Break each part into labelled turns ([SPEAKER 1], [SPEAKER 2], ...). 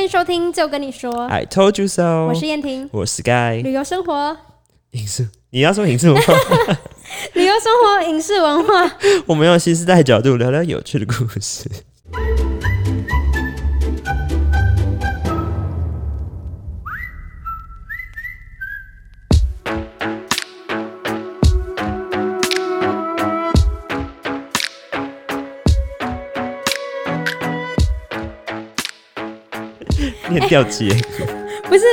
[SPEAKER 1] 迎收听，就跟你说，
[SPEAKER 2] I told you so。
[SPEAKER 1] 我是燕婷。
[SPEAKER 2] 我是 Sky。
[SPEAKER 1] 旅游生活，
[SPEAKER 2] 影视，你要说影视文化，
[SPEAKER 1] 旅游生活，影视文化，
[SPEAKER 2] 我们用新时代角度聊聊有趣的故事。你很掉级耶，
[SPEAKER 1] 不是，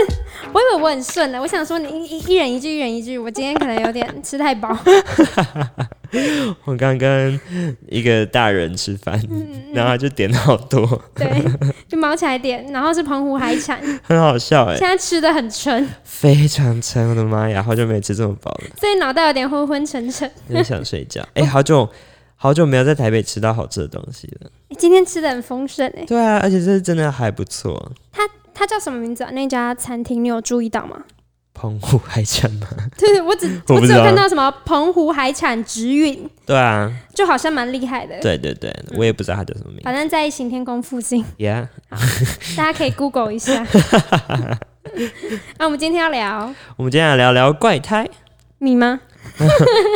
[SPEAKER 1] 我以为我很顺啊的，我想说你一一一人一句，一人一句，我今天可能有点吃 太饱。
[SPEAKER 2] 我刚跟一个大人吃饭， 然后他就点了好多，
[SPEAKER 1] 对，就毛起来点，然后是澎湖海产，
[SPEAKER 2] 很好笑哎
[SPEAKER 1] 现，在吃的很撑，
[SPEAKER 2] 非常撑，我的妈呀，好久没吃这么饱了，
[SPEAKER 1] 所以脑袋有点昏昏沉沉。欸
[SPEAKER 2] 很想睡觉。哎、好久好久没有在台北吃到好吃的东西了。
[SPEAKER 1] 今天吃的很丰盛诶、
[SPEAKER 2] 对啊，而且这是真的还不错。
[SPEAKER 1] 它叫什么名字啊？那家餐厅你有注意到吗？
[SPEAKER 2] 澎湖海产吗？
[SPEAKER 1] 对，我只
[SPEAKER 2] 我不
[SPEAKER 1] 只
[SPEAKER 2] 知
[SPEAKER 1] 有
[SPEAKER 2] 道
[SPEAKER 1] 看到什么澎湖海产直运，
[SPEAKER 2] 对啊，
[SPEAKER 1] 就好像蛮厉害的。
[SPEAKER 2] 对对对，我也不知道它叫什么名字。
[SPEAKER 1] 反正在行天宫附近，
[SPEAKER 2] Yeah，
[SPEAKER 1] 大家可以 Google 一 下。那我们今天要聊
[SPEAKER 2] 我们今天来聊聊怪胎，
[SPEAKER 1] 你吗？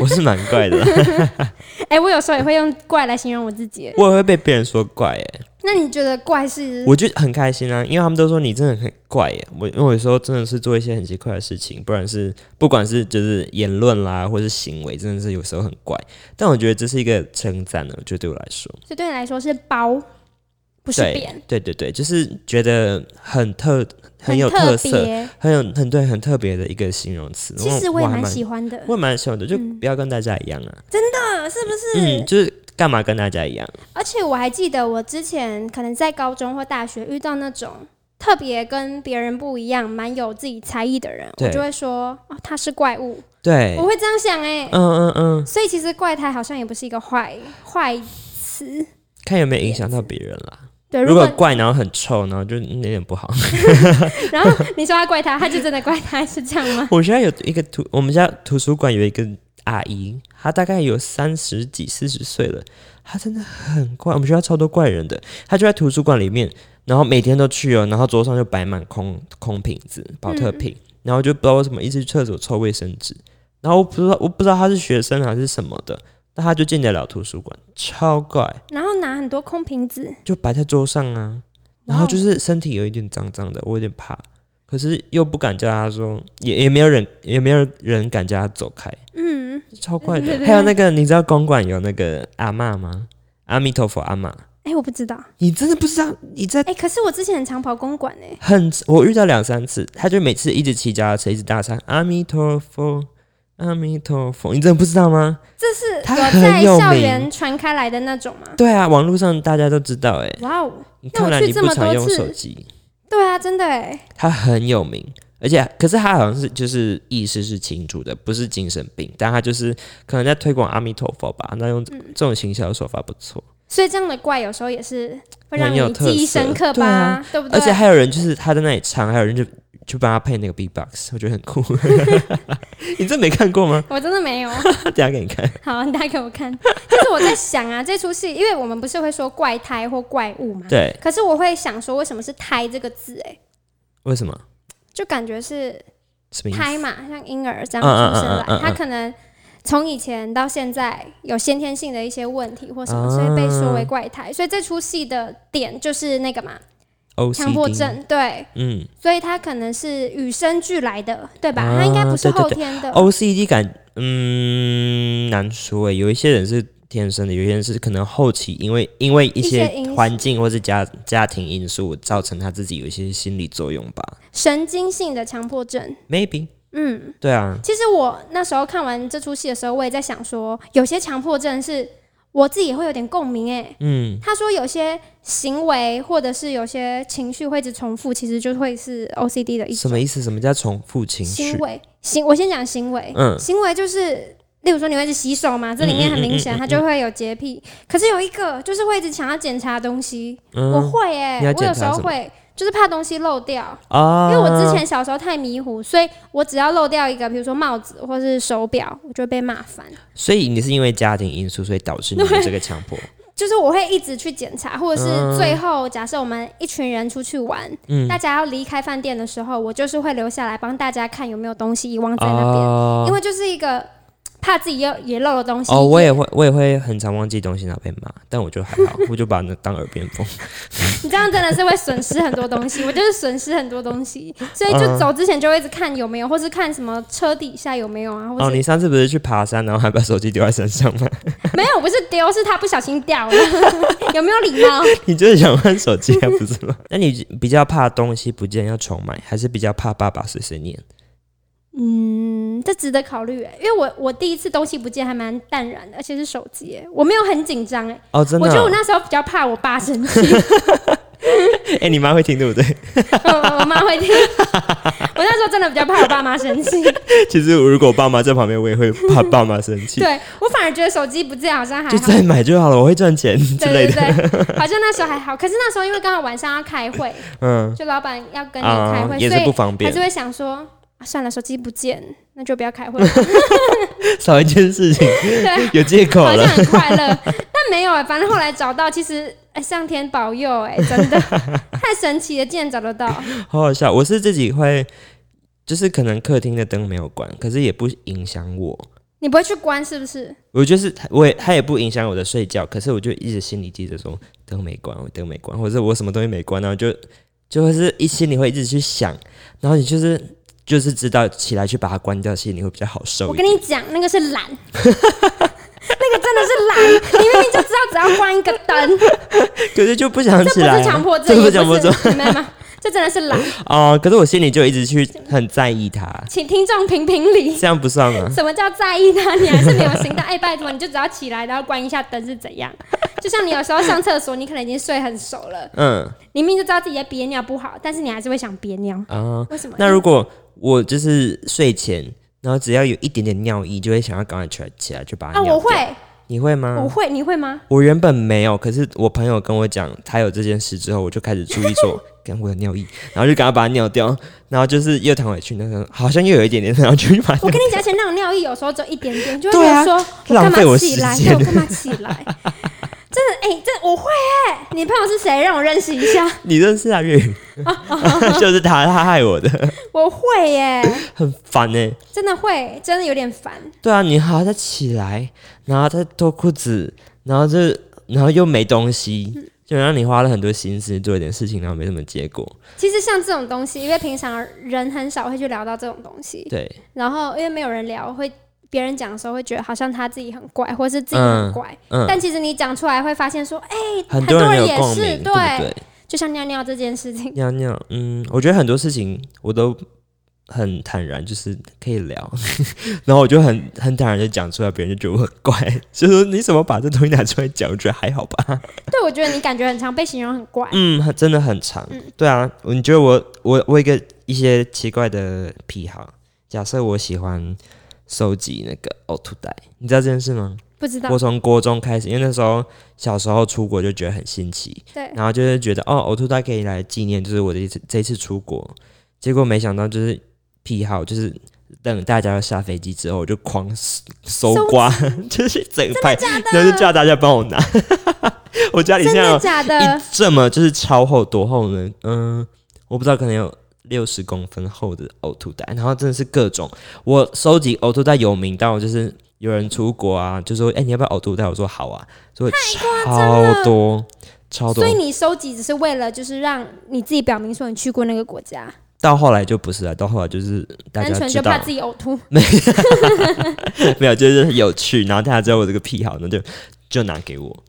[SPEAKER 2] 我是蛮怪的啦，
[SPEAKER 1] 哎、我有时候也会用怪来形容我自己。
[SPEAKER 2] 我也会被别人说怪哎，
[SPEAKER 1] 那你觉得怪是？
[SPEAKER 2] 我就很开心啊，因为他们都说你真的很怪哎，我因为我有时候真的是做一些很奇怪的事情，不然是不管是就是言论啦，或是行为，真的是有时候很怪，但我觉得这是一个称赞呢，我觉得对我来说，
[SPEAKER 1] 所以对你来说是包，不是
[SPEAKER 2] 对
[SPEAKER 1] 扁，
[SPEAKER 2] 对对对，就是觉得很特很有
[SPEAKER 1] 特
[SPEAKER 2] 特色，
[SPEAKER 1] 别。
[SPEAKER 2] 很有很对很特别的一个形容词。
[SPEAKER 1] 其实我也
[SPEAKER 2] 还
[SPEAKER 1] 蛮喜欢的
[SPEAKER 2] 我，也蛮喜欢的，就不要跟大家一样啊。
[SPEAKER 1] 嗯，是不是？
[SPEAKER 2] 嗯，就是干嘛跟大家一样？
[SPEAKER 1] 而且我还记得我之前可能在高中或大学遇到那种特别跟别人不一样、蛮有自己才艺的人，我
[SPEAKER 2] 对
[SPEAKER 1] 就会说哦，他是怪物，
[SPEAKER 2] 对，
[SPEAKER 1] 我会这样想哎、
[SPEAKER 2] 嗯嗯嗯，
[SPEAKER 1] 所以其实怪胎好像也不是一个坏坏词。
[SPEAKER 2] 看有没有影响到别人啦。
[SPEAKER 1] 对，
[SPEAKER 2] 如
[SPEAKER 1] 呃如
[SPEAKER 2] 果
[SPEAKER 1] 果
[SPEAKER 2] 怪，然后很臭，然后就有点不好。
[SPEAKER 1] 然后你说他怪他，他就真的怪他，是这样吗？
[SPEAKER 2] 我现在有一个图，我们家图书馆有一个阿姨，她大概有三十几、四十岁了，她真的很怪。我们学校超多怪人的，她就在图书馆里面，然后每天都去哦，然后桌上就摆满空空瓶子、保特瓶，
[SPEAKER 1] 嗯
[SPEAKER 2] 然后就不知道为什么一直去厕所抽卫生纸，然后我不知道我不知道她是学生还是什么的，但她就进得了图书馆，超怪，
[SPEAKER 1] 然后拿很多空瓶子，
[SPEAKER 2] 就摆在桌上啊，然后就是身体有一点脏脏的，我有点怕，可是又不敢叫他说，也也没有人，也没有人敢叫他走开，
[SPEAKER 1] 嗯，
[SPEAKER 2] 超怪
[SPEAKER 1] 对
[SPEAKER 2] 的。
[SPEAKER 1] 对
[SPEAKER 2] 还有那个，你知道公馆有那个阿嬷吗？阿弥陀佛阿嬷，
[SPEAKER 1] 哎、我不知道，
[SPEAKER 2] 你真的不知道？你在
[SPEAKER 1] 哎、可是我之前很常跑公馆哎、
[SPEAKER 2] 很，我遇到两三次，他就每次一直骑脚踏车，一直大唱阿弥陀佛。阿弥陀佛，你真的不知道吗？
[SPEAKER 1] 这是
[SPEAKER 2] 他
[SPEAKER 1] 有
[SPEAKER 2] 很
[SPEAKER 1] 在
[SPEAKER 2] 有
[SPEAKER 1] 校
[SPEAKER 2] 名
[SPEAKER 1] 园传开来的那种吗？
[SPEAKER 2] 对啊，网络上大家都知道哎、
[SPEAKER 1] 哇哦，
[SPEAKER 2] 你
[SPEAKER 1] 那我
[SPEAKER 2] 看来
[SPEAKER 1] 去
[SPEAKER 2] 你
[SPEAKER 1] 这
[SPEAKER 2] 不
[SPEAKER 1] 么
[SPEAKER 2] 常
[SPEAKER 1] 多
[SPEAKER 2] 用
[SPEAKER 1] 次
[SPEAKER 2] 手机，
[SPEAKER 1] 对啊，真的哎，
[SPEAKER 2] 他很有名，而且可是他好像是就是意识是清楚的，不是精神病，但他就是可能在推广阿弥陀佛吧，那用这
[SPEAKER 1] 嗯
[SPEAKER 2] 这种行销的手法不错。
[SPEAKER 1] 所以这样的怪有时候也是会让
[SPEAKER 2] 很有
[SPEAKER 1] 你
[SPEAKER 2] 特
[SPEAKER 1] 记忆深
[SPEAKER 2] 色
[SPEAKER 1] 刻
[SPEAKER 2] 对
[SPEAKER 1] 吧，
[SPEAKER 2] 啊
[SPEAKER 1] 对不对？
[SPEAKER 2] 而且还有人就是他在那里唱，还有人就就帮他配那个 B-box，我觉得很 酷。你真没看过吗？
[SPEAKER 1] 我真的 没有，
[SPEAKER 2] 等一下给你 看。
[SPEAKER 1] 好，你打给我看。就是我在想啊，这 出戏，因为我们不是会说怪胎或怪物嘛，
[SPEAKER 2] 对，
[SPEAKER 1] 可是我会想说，为什么是胎这个字？哎，
[SPEAKER 2] 为什么？
[SPEAKER 1] 就感觉是
[SPEAKER 2] 什么意
[SPEAKER 1] 胎
[SPEAKER 2] 思？
[SPEAKER 1] 嘛，像婴儿这
[SPEAKER 2] 嗯
[SPEAKER 1] 样
[SPEAKER 2] 嗯嗯
[SPEAKER 1] 出生来
[SPEAKER 2] 嗯嗯，嗯
[SPEAKER 1] 他可能从以前到现在有先天性的一些问题或什么，
[SPEAKER 2] 啊
[SPEAKER 1] 所以被说为怪胎。所以这出戏的点就是那个嘛，
[SPEAKER 2] ？OCD
[SPEAKER 1] 强迫。症，对，
[SPEAKER 2] 嗯
[SPEAKER 1] 所以他可能是与生俱来的，对吧？
[SPEAKER 2] 啊
[SPEAKER 1] 他应该不是
[SPEAKER 2] 对对哦
[SPEAKER 1] 后
[SPEAKER 2] 对
[SPEAKER 1] 天的。
[SPEAKER 2] ，OCD 感，嗯，难说诶、有一些人是天生的，有些人是可能后期因为因为一
[SPEAKER 1] 一些因
[SPEAKER 2] 些
[SPEAKER 1] 素
[SPEAKER 2] 环境或是家家庭因素造成他自己有一些心理作用吧
[SPEAKER 1] 神经性的强迫症。
[SPEAKER 2] ，maybe。
[SPEAKER 1] 嗯，
[SPEAKER 2] 对啊，
[SPEAKER 1] 其实我那时候看完这出戏的时候，我也在想说，有些强迫症是我自己也会有点共鸣诶、
[SPEAKER 2] 嗯，
[SPEAKER 1] 他说有些行为或者是有些情绪会一直重复，其实就会是 OCD 的一
[SPEAKER 2] 什
[SPEAKER 1] 种
[SPEAKER 2] 么意思？什么叫重复情
[SPEAKER 1] 行
[SPEAKER 2] 绪？
[SPEAKER 1] 为。行，我先讲行为。
[SPEAKER 2] 嗯
[SPEAKER 1] 行为就是，例如说你会一直洗手嘛，这里面很
[SPEAKER 2] 嗯
[SPEAKER 1] 明显他就会有洁癖。可是有一个就是会一直想要检查东西，我
[SPEAKER 2] 嗯
[SPEAKER 1] 会哎、
[SPEAKER 2] 你要
[SPEAKER 1] 我有
[SPEAKER 2] 检
[SPEAKER 1] 时
[SPEAKER 2] 查
[SPEAKER 1] 候
[SPEAKER 2] 什么
[SPEAKER 1] 会就是怕东西漏掉。因
[SPEAKER 2] 啊
[SPEAKER 1] 为我之前小时候太迷糊，所以我只要漏掉一个，比如说帽子或是手表，我就会被骂烦。
[SPEAKER 2] 所以你是因为家庭因素，所以导致你有这个强迫。
[SPEAKER 1] 就是我会一直去检查，或者
[SPEAKER 2] 嗯
[SPEAKER 1] 是最后假设我们一群人出去玩，
[SPEAKER 2] 嗯
[SPEAKER 1] 大家要离开饭店的时候，我就是会留下来帮大家看有没有东西遗忘在那边，
[SPEAKER 2] 哦
[SPEAKER 1] 因为就是一个怕自己又也漏了东西。
[SPEAKER 2] 哦，我也会，我也会很常忘记东西，然后被骂，但我就还好，我就把那当耳边 风。
[SPEAKER 1] 你这样真的是会损失很多 东西，我就是损失很多东西，所以就
[SPEAKER 2] 嗯
[SPEAKER 1] 走之前就会一直看有没有，或是看什么车底下有没有啊，或
[SPEAKER 2] 哦，
[SPEAKER 1] 是、
[SPEAKER 2] 你上次不是去爬山，然后还把手机丢在山上吗？
[SPEAKER 1] 没有，不是丢，是他不小心 掉了，有没有礼貌？
[SPEAKER 2] 你就是想换手机啊，不是吗？ 那你比较怕东西不见要重买，还是比较怕爸爸碎碎念？
[SPEAKER 1] 嗯，这值得考虑哎，因为我我第一次东西不见还蛮淡然的，而且是手机耶，我没有很紧张哎，
[SPEAKER 2] 哦，真的
[SPEAKER 1] 我
[SPEAKER 2] 哦、
[SPEAKER 1] 觉得我那时候比较怕我爸生气，
[SPEAKER 2] 哎、你妈会听对不对？
[SPEAKER 1] 我我妈会听，我那时候真的比较怕我爸妈 生气，
[SPEAKER 2] 其实如果我爸妈在旁边，我也会怕爸妈生气。
[SPEAKER 1] 对啊我反而觉得手机不见好像还
[SPEAKER 2] 就
[SPEAKER 1] 好。
[SPEAKER 2] 再买就好了，我会赚钱 之类
[SPEAKER 1] 对
[SPEAKER 2] 的。
[SPEAKER 1] 对对， 好像那时候还好，可是那时候因为刚好晚上要开会，
[SPEAKER 2] 嗯，
[SPEAKER 1] 就老板要跟你开
[SPEAKER 2] 啊、
[SPEAKER 1] 会，
[SPEAKER 2] 也
[SPEAKER 1] 所
[SPEAKER 2] 是不
[SPEAKER 1] 以
[SPEAKER 2] 方
[SPEAKER 1] 还
[SPEAKER 2] 便
[SPEAKER 1] 是。会想说，啊、算了，手机不见，那就不要 开会了，
[SPEAKER 2] 少一件事情，
[SPEAKER 1] 对，
[SPEAKER 2] 有借口
[SPEAKER 1] 好像
[SPEAKER 2] 了。
[SPEAKER 1] 很快乐，但没有哎、反正后来找到，其实哎、上天保佑哎、真 的太神奇了，竟然找得到，
[SPEAKER 2] 好好笑。我是自己会，就是可能客厅的灯没有关，可是也不影响我。
[SPEAKER 1] 你不会去关是不是？
[SPEAKER 2] 我就是它我也它也不影响我的睡觉，可是我就一直心里记着说灯没关，我灯没关，或者是我什么东西没关，然后就就会是一心里会一直去想，然后你就是就是知道起来去把它关掉，心里会比较好受
[SPEAKER 1] 我
[SPEAKER 2] 一
[SPEAKER 1] 跟
[SPEAKER 2] 点。
[SPEAKER 1] 你讲，那个是懒，那个真的是懒，你明明就知道只要关一个灯，
[SPEAKER 2] 可是就不想
[SPEAKER 1] 这
[SPEAKER 2] 起
[SPEAKER 1] 不
[SPEAKER 2] 来
[SPEAKER 1] 是
[SPEAKER 2] 啊、
[SPEAKER 1] 强迫症，
[SPEAKER 2] 这不
[SPEAKER 1] 也
[SPEAKER 2] 是强迫症
[SPEAKER 1] 明白吗？这真的是懒，
[SPEAKER 2] 哦。可是我心里就一直去很在意它，
[SPEAKER 1] 请听众评评理。
[SPEAKER 2] 这样不算 吗？
[SPEAKER 1] 什么叫在意他？你还是没有行动？哎、拜托，你就只要起来，然后关一下灯是怎样？ 就像你有时候上厕所，你可能已经睡很熟了，
[SPEAKER 2] 嗯
[SPEAKER 1] 你明明就知道自己在憋尿不好，但是你还是会想憋尿，
[SPEAKER 2] 啊、
[SPEAKER 1] 为什么？
[SPEAKER 2] 那如果我就是睡前，然后只要有一点点尿意，就会想要赶快起来起来就把它
[SPEAKER 1] 啊，
[SPEAKER 2] 尿
[SPEAKER 1] 我
[SPEAKER 2] 掉。
[SPEAKER 1] 会，
[SPEAKER 2] 你嗯会吗？
[SPEAKER 1] 我会，你 会吗？
[SPEAKER 2] 我原本没有，可是我朋友跟我讲他有这件事之后，我就开始注意 说，跟我有尿意，然后就赶快把它尿掉，然后就是又躺回去，那个好像又有一点点，然后就去把它
[SPEAKER 1] 我
[SPEAKER 2] 尿
[SPEAKER 1] 跟你讲，而且那种尿意有时候只有一点点，就会
[SPEAKER 2] 对
[SPEAKER 1] 觉
[SPEAKER 2] 啊
[SPEAKER 1] 得说，我
[SPEAKER 2] 浪
[SPEAKER 1] 干
[SPEAKER 2] 费我
[SPEAKER 1] 嘛起
[SPEAKER 2] 时
[SPEAKER 1] 来？
[SPEAKER 2] 间
[SPEAKER 1] 对，我干嘛起来？真的，哎、这我会哎、你朋友是谁？让我认识一下。
[SPEAKER 2] 你认识啊，粤语，就是他，他害我的，
[SPEAKER 1] 我会耶、
[SPEAKER 2] 很烦哎、
[SPEAKER 1] 真的会，真的有点烦。
[SPEAKER 2] 对啊，你好，他起来，然后他脱裤子，然后就然后又没东西，就让你花了很多心思做一点事情，然后没什么结果。
[SPEAKER 1] 其实像这种东西，因为平常人很少会去聊到这种东西，
[SPEAKER 2] 对，
[SPEAKER 1] 然后因为没有人聊，会别人讲的时候会觉得好像他自己很怪，或是自己很怪。
[SPEAKER 2] 嗯，
[SPEAKER 1] 但其实你讲出来会发现说，哎、
[SPEAKER 2] 很
[SPEAKER 1] 多
[SPEAKER 2] 人
[SPEAKER 1] 人
[SPEAKER 2] 有
[SPEAKER 1] 也
[SPEAKER 2] 共
[SPEAKER 1] 是
[SPEAKER 2] 鸣，
[SPEAKER 1] 对
[SPEAKER 2] 不对？
[SPEAKER 1] 就像尿尿这件事情，
[SPEAKER 2] 尿尿，嗯，我觉得很多事情我都很坦然，就是可以聊， 然后我就很很坦然就讲出来，别人就觉得我很怪， 就说你怎么把这东西拿出来讲？我觉得还好吧，
[SPEAKER 1] 对我觉得你感觉很常被形容很怪。
[SPEAKER 2] 嗯，很真的很长，对啊，你觉得我我我有一个一些奇怪的癖好，假设我喜欢收集那个呕吐袋，你知道这件事吗？
[SPEAKER 1] 不知道
[SPEAKER 2] 我，从国中开始，因为那时候小时候出国就觉得很新奇，
[SPEAKER 1] 对，
[SPEAKER 2] 然后就是觉得哦，呕吐袋可以来纪念，就是我这一次这一次出国，结果没想到就是癖好，就是等大家下飞机之后，我就狂搜搜刮， 就是整排，然后就叫大家帮我拿。 我家里
[SPEAKER 1] 真
[SPEAKER 2] 现在有
[SPEAKER 1] 的假
[SPEAKER 2] 一
[SPEAKER 1] 的？
[SPEAKER 2] 这么就是超厚多厚呢？嗯，我不知道，可能有六十公分厚的呕吐袋，然后真的是各种。我收集呕吐袋有名到就是有人出国啊，就说哎、你要不要呕吐袋？我说好啊，所以超多超多
[SPEAKER 1] 所以。你收集只是为了就是让你自己表明说你去过那个国家，
[SPEAKER 2] 到后来就不是了，到后来就是大
[SPEAKER 1] 单
[SPEAKER 2] 家
[SPEAKER 1] 纯
[SPEAKER 2] 知
[SPEAKER 1] 就
[SPEAKER 2] 道
[SPEAKER 1] 怕自己呕吐。
[SPEAKER 2] 没有，就是有趣，然后大家知道我这个癖好，那就就拿给我。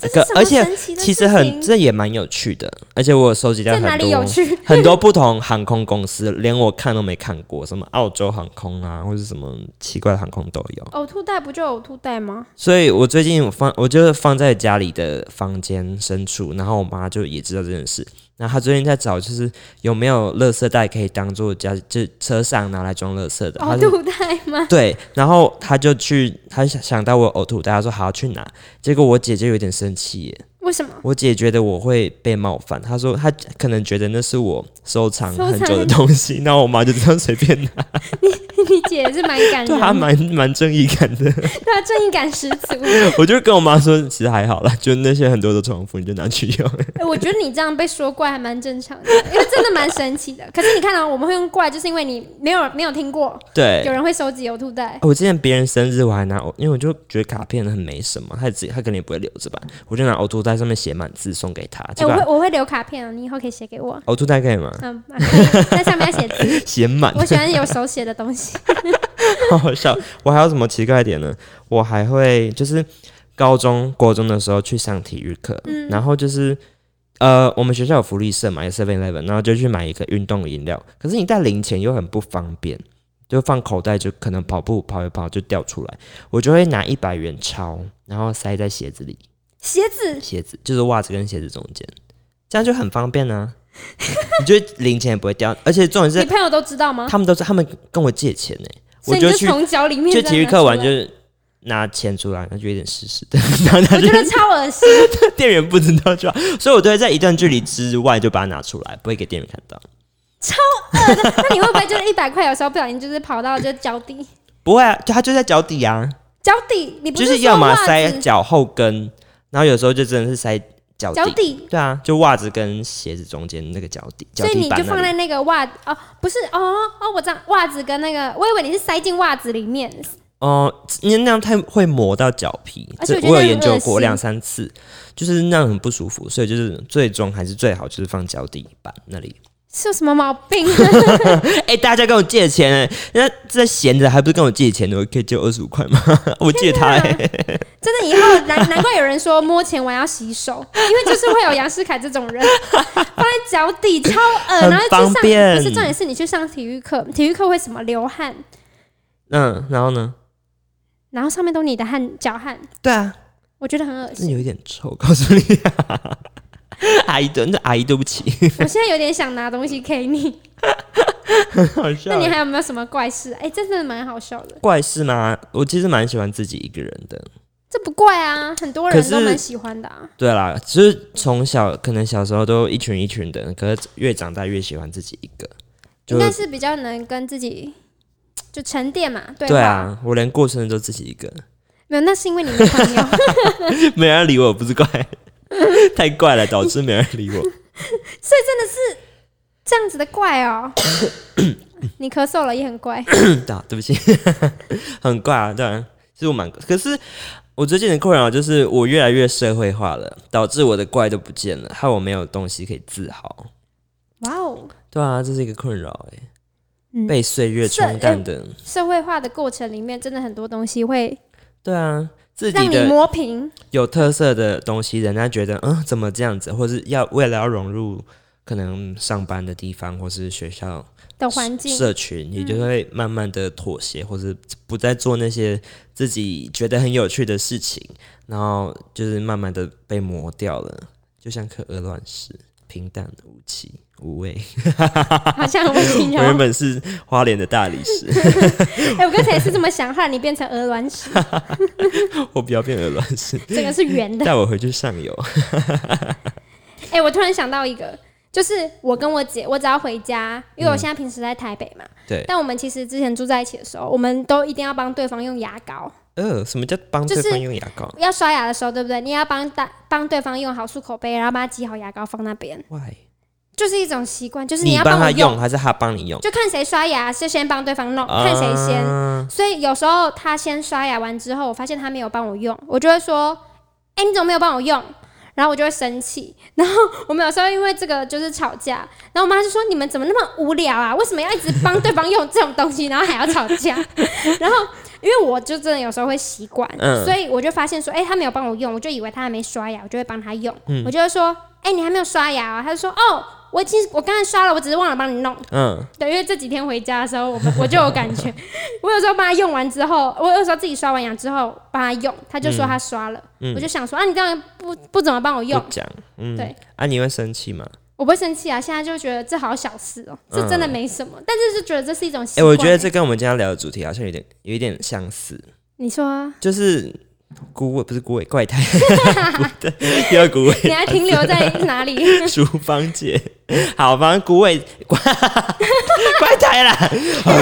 [SPEAKER 1] 这
[SPEAKER 2] 可
[SPEAKER 1] 是什么
[SPEAKER 2] 而且
[SPEAKER 1] 神奇的
[SPEAKER 2] 其
[SPEAKER 1] 事
[SPEAKER 2] 实很，
[SPEAKER 1] 情？
[SPEAKER 2] 这也蛮有趣的，而且我有收集到
[SPEAKER 1] 在
[SPEAKER 2] 很多
[SPEAKER 1] 哪里有趣？
[SPEAKER 2] 很多不同航空公司，连我看都没看过，什么澳洲航空啊，或者什么奇怪的航空都有。
[SPEAKER 1] 呕吐袋不就呕吐袋吗？
[SPEAKER 2] 所以我最近我放，我就是放在家里的房间深处，然后我妈就也知道这件事。然后她最近在找，就是有没有垃圾袋可以当做家，就是车上拿来装垃圾的。她
[SPEAKER 1] 呕
[SPEAKER 2] 就
[SPEAKER 1] 吐袋吗？
[SPEAKER 2] 对，然后她就去，她想想到我有呕吐，大家说好去拿。结果我姐就有点生气耶，
[SPEAKER 1] 为什么？
[SPEAKER 2] 我姐觉得我会被冒犯，她说她可能觉得那是我收藏
[SPEAKER 1] 收藏
[SPEAKER 2] 很久的东西，那我妈就这样随便拿。
[SPEAKER 1] 你姐是蛮感人
[SPEAKER 2] 对啊，还
[SPEAKER 1] 的，
[SPEAKER 2] 蛮蛮正义感的。
[SPEAKER 1] 对啊，正义感十 足。
[SPEAKER 2] 我就跟我妈说，其实还好啦，就那些很多都重复，你就拿去 用。
[SPEAKER 1] 哎我觉得你这样被说怪还蛮正常的，因为真的蛮神奇的。可是你看到、啊我们会用怪，就是因为你没有没有听过，
[SPEAKER 2] 对
[SPEAKER 1] 有，人会收集邮兔 袋。
[SPEAKER 2] 我之前别人生日我还拿，因为我就觉得卡片很没什么，他自己他肯定也不会留着吧，我就拿呕吐袋上面写满字送给他，
[SPEAKER 1] 哎、
[SPEAKER 2] 结
[SPEAKER 1] 我会
[SPEAKER 2] 果
[SPEAKER 1] 我会留卡片哦，你以后可以写给我。
[SPEAKER 2] 呕吐袋可以吗？
[SPEAKER 1] 嗯，啊可以在上面要写字。
[SPEAKER 2] 写满，
[SPEAKER 1] 我喜欢有手写的东西。
[SPEAKER 2] 好好笑。我还有什么奇怪的点呢？我还会就是高中、国中的时候去上体育课，
[SPEAKER 1] 嗯
[SPEAKER 2] 然后就是呃，我们学校有福利社嘛，有 Seven Eleven，然后就去买一个运动饮料。可是你带零钱又很不方便，就放口袋，就可能跑步跑一跑就掉出来。我就会拿一百元钞，然后塞在鞋子里，
[SPEAKER 1] 鞋子
[SPEAKER 2] 鞋子就是袜子跟鞋子中间，这样就很方便 啊。你觉得零钱也不会掉，而且重点
[SPEAKER 1] 你
[SPEAKER 2] 是
[SPEAKER 1] 朋友都知道吗？
[SPEAKER 2] 他们都是他们跟我借钱呢、
[SPEAKER 1] 所
[SPEAKER 2] 我
[SPEAKER 1] 以你
[SPEAKER 2] 去
[SPEAKER 1] 从脚里面
[SPEAKER 2] 就
[SPEAKER 1] 再
[SPEAKER 2] 体育
[SPEAKER 1] 拿
[SPEAKER 2] 课
[SPEAKER 1] 出
[SPEAKER 2] 完
[SPEAKER 1] 来
[SPEAKER 2] 就是 拿钱出来，那就有点湿湿的， 然后拿
[SPEAKER 1] 我觉得
[SPEAKER 2] 去
[SPEAKER 1] 超恶心。
[SPEAKER 2] 店员不知道就好，所以我都会在一段距离之外就把它拿出来，不会给店员看到。
[SPEAKER 1] 那你会不会就是一百块，有时候不小心就是跑到就脚底？
[SPEAKER 2] 不会啊，就它就在脚底啊，
[SPEAKER 1] 脚底，你不
[SPEAKER 2] 就是是
[SPEAKER 1] 说
[SPEAKER 2] 要么
[SPEAKER 1] 袜
[SPEAKER 2] 塞
[SPEAKER 1] 子
[SPEAKER 2] 脚后跟，然后有时候就真的是塞脚
[SPEAKER 1] 脚
[SPEAKER 2] 底。
[SPEAKER 1] 底，
[SPEAKER 2] 对啊，就袜子跟鞋子中间那个脚底，脚
[SPEAKER 1] 所以
[SPEAKER 2] 底
[SPEAKER 1] 你
[SPEAKER 2] 板
[SPEAKER 1] 就
[SPEAKER 2] 那
[SPEAKER 1] 放
[SPEAKER 2] 里。
[SPEAKER 1] 在那个袜哦，不是哦哦，我知道袜子跟那个，我以为你是塞进袜子里面，
[SPEAKER 2] 哦、因为那样太会磨到脚皮，
[SPEAKER 1] 而
[SPEAKER 2] 这
[SPEAKER 1] 且我觉得
[SPEAKER 2] 我有
[SPEAKER 1] 很
[SPEAKER 2] 研究
[SPEAKER 1] 恶
[SPEAKER 2] 过
[SPEAKER 1] 心
[SPEAKER 2] 两三次，就是那样很不舒服，所以就是最终还是最好就是放脚底板那里。
[SPEAKER 1] 是有什么毛 病？
[SPEAKER 2] 哎、大家跟我借钱哎、人家这闲着还不是跟我借钱的，我可以借二十五块吗？ 我借他哎、
[SPEAKER 1] 真的以后难难怪有人说摸钱完要洗手，因为就是会有杨世凯这种人放在脚底超恶，
[SPEAKER 2] 很
[SPEAKER 1] 然后去
[SPEAKER 2] 方
[SPEAKER 1] 上不
[SPEAKER 2] 便
[SPEAKER 1] 是重点是你去上体育课，体育课会什么流汗，
[SPEAKER 2] 嗯，然后呢？
[SPEAKER 1] 然后上面都你的汗脚汗，
[SPEAKER 2] 对啊，
[SPEAKER 1] 我觉得很恶
[SPEAKER 2] 那
[SPEAKER 1] 心。
[SPEAKER 2] 有一点臭，告诉你、 阿姨对，那阿姨对不起，
[SPEAKER 1] 我现在有点想拿东西给你，
[SPEAKER 2] 好笑
[SPEAKER 1] 那你还有没有什么怪事？哎、这真的蛮好笑的，
[SPEAKER 2] 怪事吗？我其实蛮喜欢自己一个人的。
[SPEAKER 1] 这不怪啊，很多
[SPEAKER 2] 可
[SPEAKER 1] 人
[SPEAKER 2] 是
[SPEAKER 1] 都蛮喜欢的啊。
[SPEAKER 2] 对啦，就是从小可能小时候都一群一群的，可是越长大越喜欢自己一个。就
[SPEAKER 1] 应该是比较能跟自己就沉淀嘛，对
[SPEAKER 2] 对
[SPEAKER 1] 话。
[SPEAKER 2] 啊，我连过生日都自己一个，
[SPEAKER 1] 没有，那是因为你没朋友，
[SPEAKER 2] 没人理我，不是怪， 太怪了，导致没人理我。
[SPEAKER 1] 这样子的怪哦。 你咳嗽了也很怪，
[SPEAKER 2] 对啊，对不起， 很怪啊，对啊，其实我蛮，可是我最近的困扰就是我越来越社会化了，导致我的怪都不见了，害我没有东西可以自豪。
[SPEAKER 1] 哇哦！
[SPEAKER 2] 对啊，这是一个困扰哎、
[SPEAKER 1] 嗯
[SPEAKER 2] 被岁月
[SPEAKER 1] 社
[SPEAKER 2] 冲淡的，
[SPEAKER 1] 社会化的过程里面，真的很多东西会
[SPEAKER 2] 对啊，自己
[SPEAKER 1] 让你
[SPEAKER 2] 的
[SPEAKER 1] 磨平。
[SPEAKER 2] 有特色的东西，人家觉得嗯怎么这样子，或是要为了要融入可能上班的地方或是学校
[SPEAKER 1] 的环境，
[SPEAKER 2] 社群，你就会慢慢的妥协，
[SPEAKER 1] 嗯
[SPEAKER 2] 或是不再做那些自己觉得很有趣的事情，然后就是慢慢的被磨掉了，就像颗鹅卵石，平淡无奇无 味。
[SPEAKER 1] 好像我形
[SPEAKER 2] 我原
[SPEAKER 1] 容。
[SPEAKER 2] 本是花莲的大理石，
[SPEAKER 1] 哎、我刚才也是这么想，后来你变成鹅 卵石，
[SPEAKER 2] 我不要变鹅卵 石，
[SPEAKER 1] 整个是圆的。
[SPEAKER 2] 带我回去上游。
[SPEAKER 1] 哎、我突然想到一个，就是我跟我姐，我只要回家，因为我现在平时在台北嘛，
[SPEAKER 2] 嗯对，
[SPEAKER 1] 但我们其实之前住在一起的时候，我们都一定要帮对方用牙膏，
[SPEAKER 2] 呃，什么叫帮
[SPEAKER 1] 就
[SPEAKER 2] 对
[SPEAKER 1] 是
[SPEAKER 2] 方用牙膏
[SPEAKER 1] 要刷牙的时候，对不对？你也要帮大帮对方用好漱口杯，然后帮他挤好牙膏放那边，
[SPEAKER 2] ？Why？
[SPEAKER 1] 就是一种习惯，就是
[SPEAKER 2] 你
[SPEAKER 1] 要
[SPEAKER 2] 帮
[SPEAKER 1] 帮我
[SPEAKER 2] 他用还是他帮你用？
[SPEAKER 1] 就看谁刷牙就先帮对方弄，看谁先。
[SPEAKER 2] 啊
[SPEAKER 1] 所以有时候他先刷牙完之后，我发现他没有帮我用，我就会说：“哎、你怎么没有帮我用？”然后我就会生气。然后我们有时候因为这个就是吵架，然后我妈就说：“你们怎么那么无聊啊？为什么要一直帮对方用这种东西，然后 还要吵架？”然后因为我就真的有时候会习惯，
[SPEAKER 2] 嗯
[SPEAKER 1] 所以我就发现说：“哎、他没有帮我用，我就以为他还没刷牙，我就会帮他用。我就会说：“哎、你还没有刷牙、啊？”他就说：“哦，我已经我刚才刷了，我只是忘了帮你弄。”
[SPEAKER 2] 嗯，
[SPEAKER 1] 对，因为这几天回家的时候，我们 我就有感觉，我有时候帮他用完之后，我有时候自己刷完牙之后帮他用，他就说他刷了，我就想说啊，你这样不不怎么帮我用
[SPEAKER 2] 不，讲，嗯，
[SPEAKER 1] 对
[SPEAKER 2] 啊，你会生气吗？
[SPEAKER 1] 我不会生气啊。现在就觉得这好小事哦、这真的没什么，但是就觉得这是一种习
[SPEAKER 2] 嗯哎、
[SPEAKER 1] 惯。
[SPEAKER 2] 我觉得这跟我们今天要聊的主题好像有点有一点相似，
[SPEAKER 1] 你说
[SPEAKER 2] 就是孤味不是孤味怪胎， 不对，又要孤味。
[SPEAKER 1] 你还停留在 哪里？
[SPEAKER 2] 厨房姐，好，反正古 伟怪胎啦，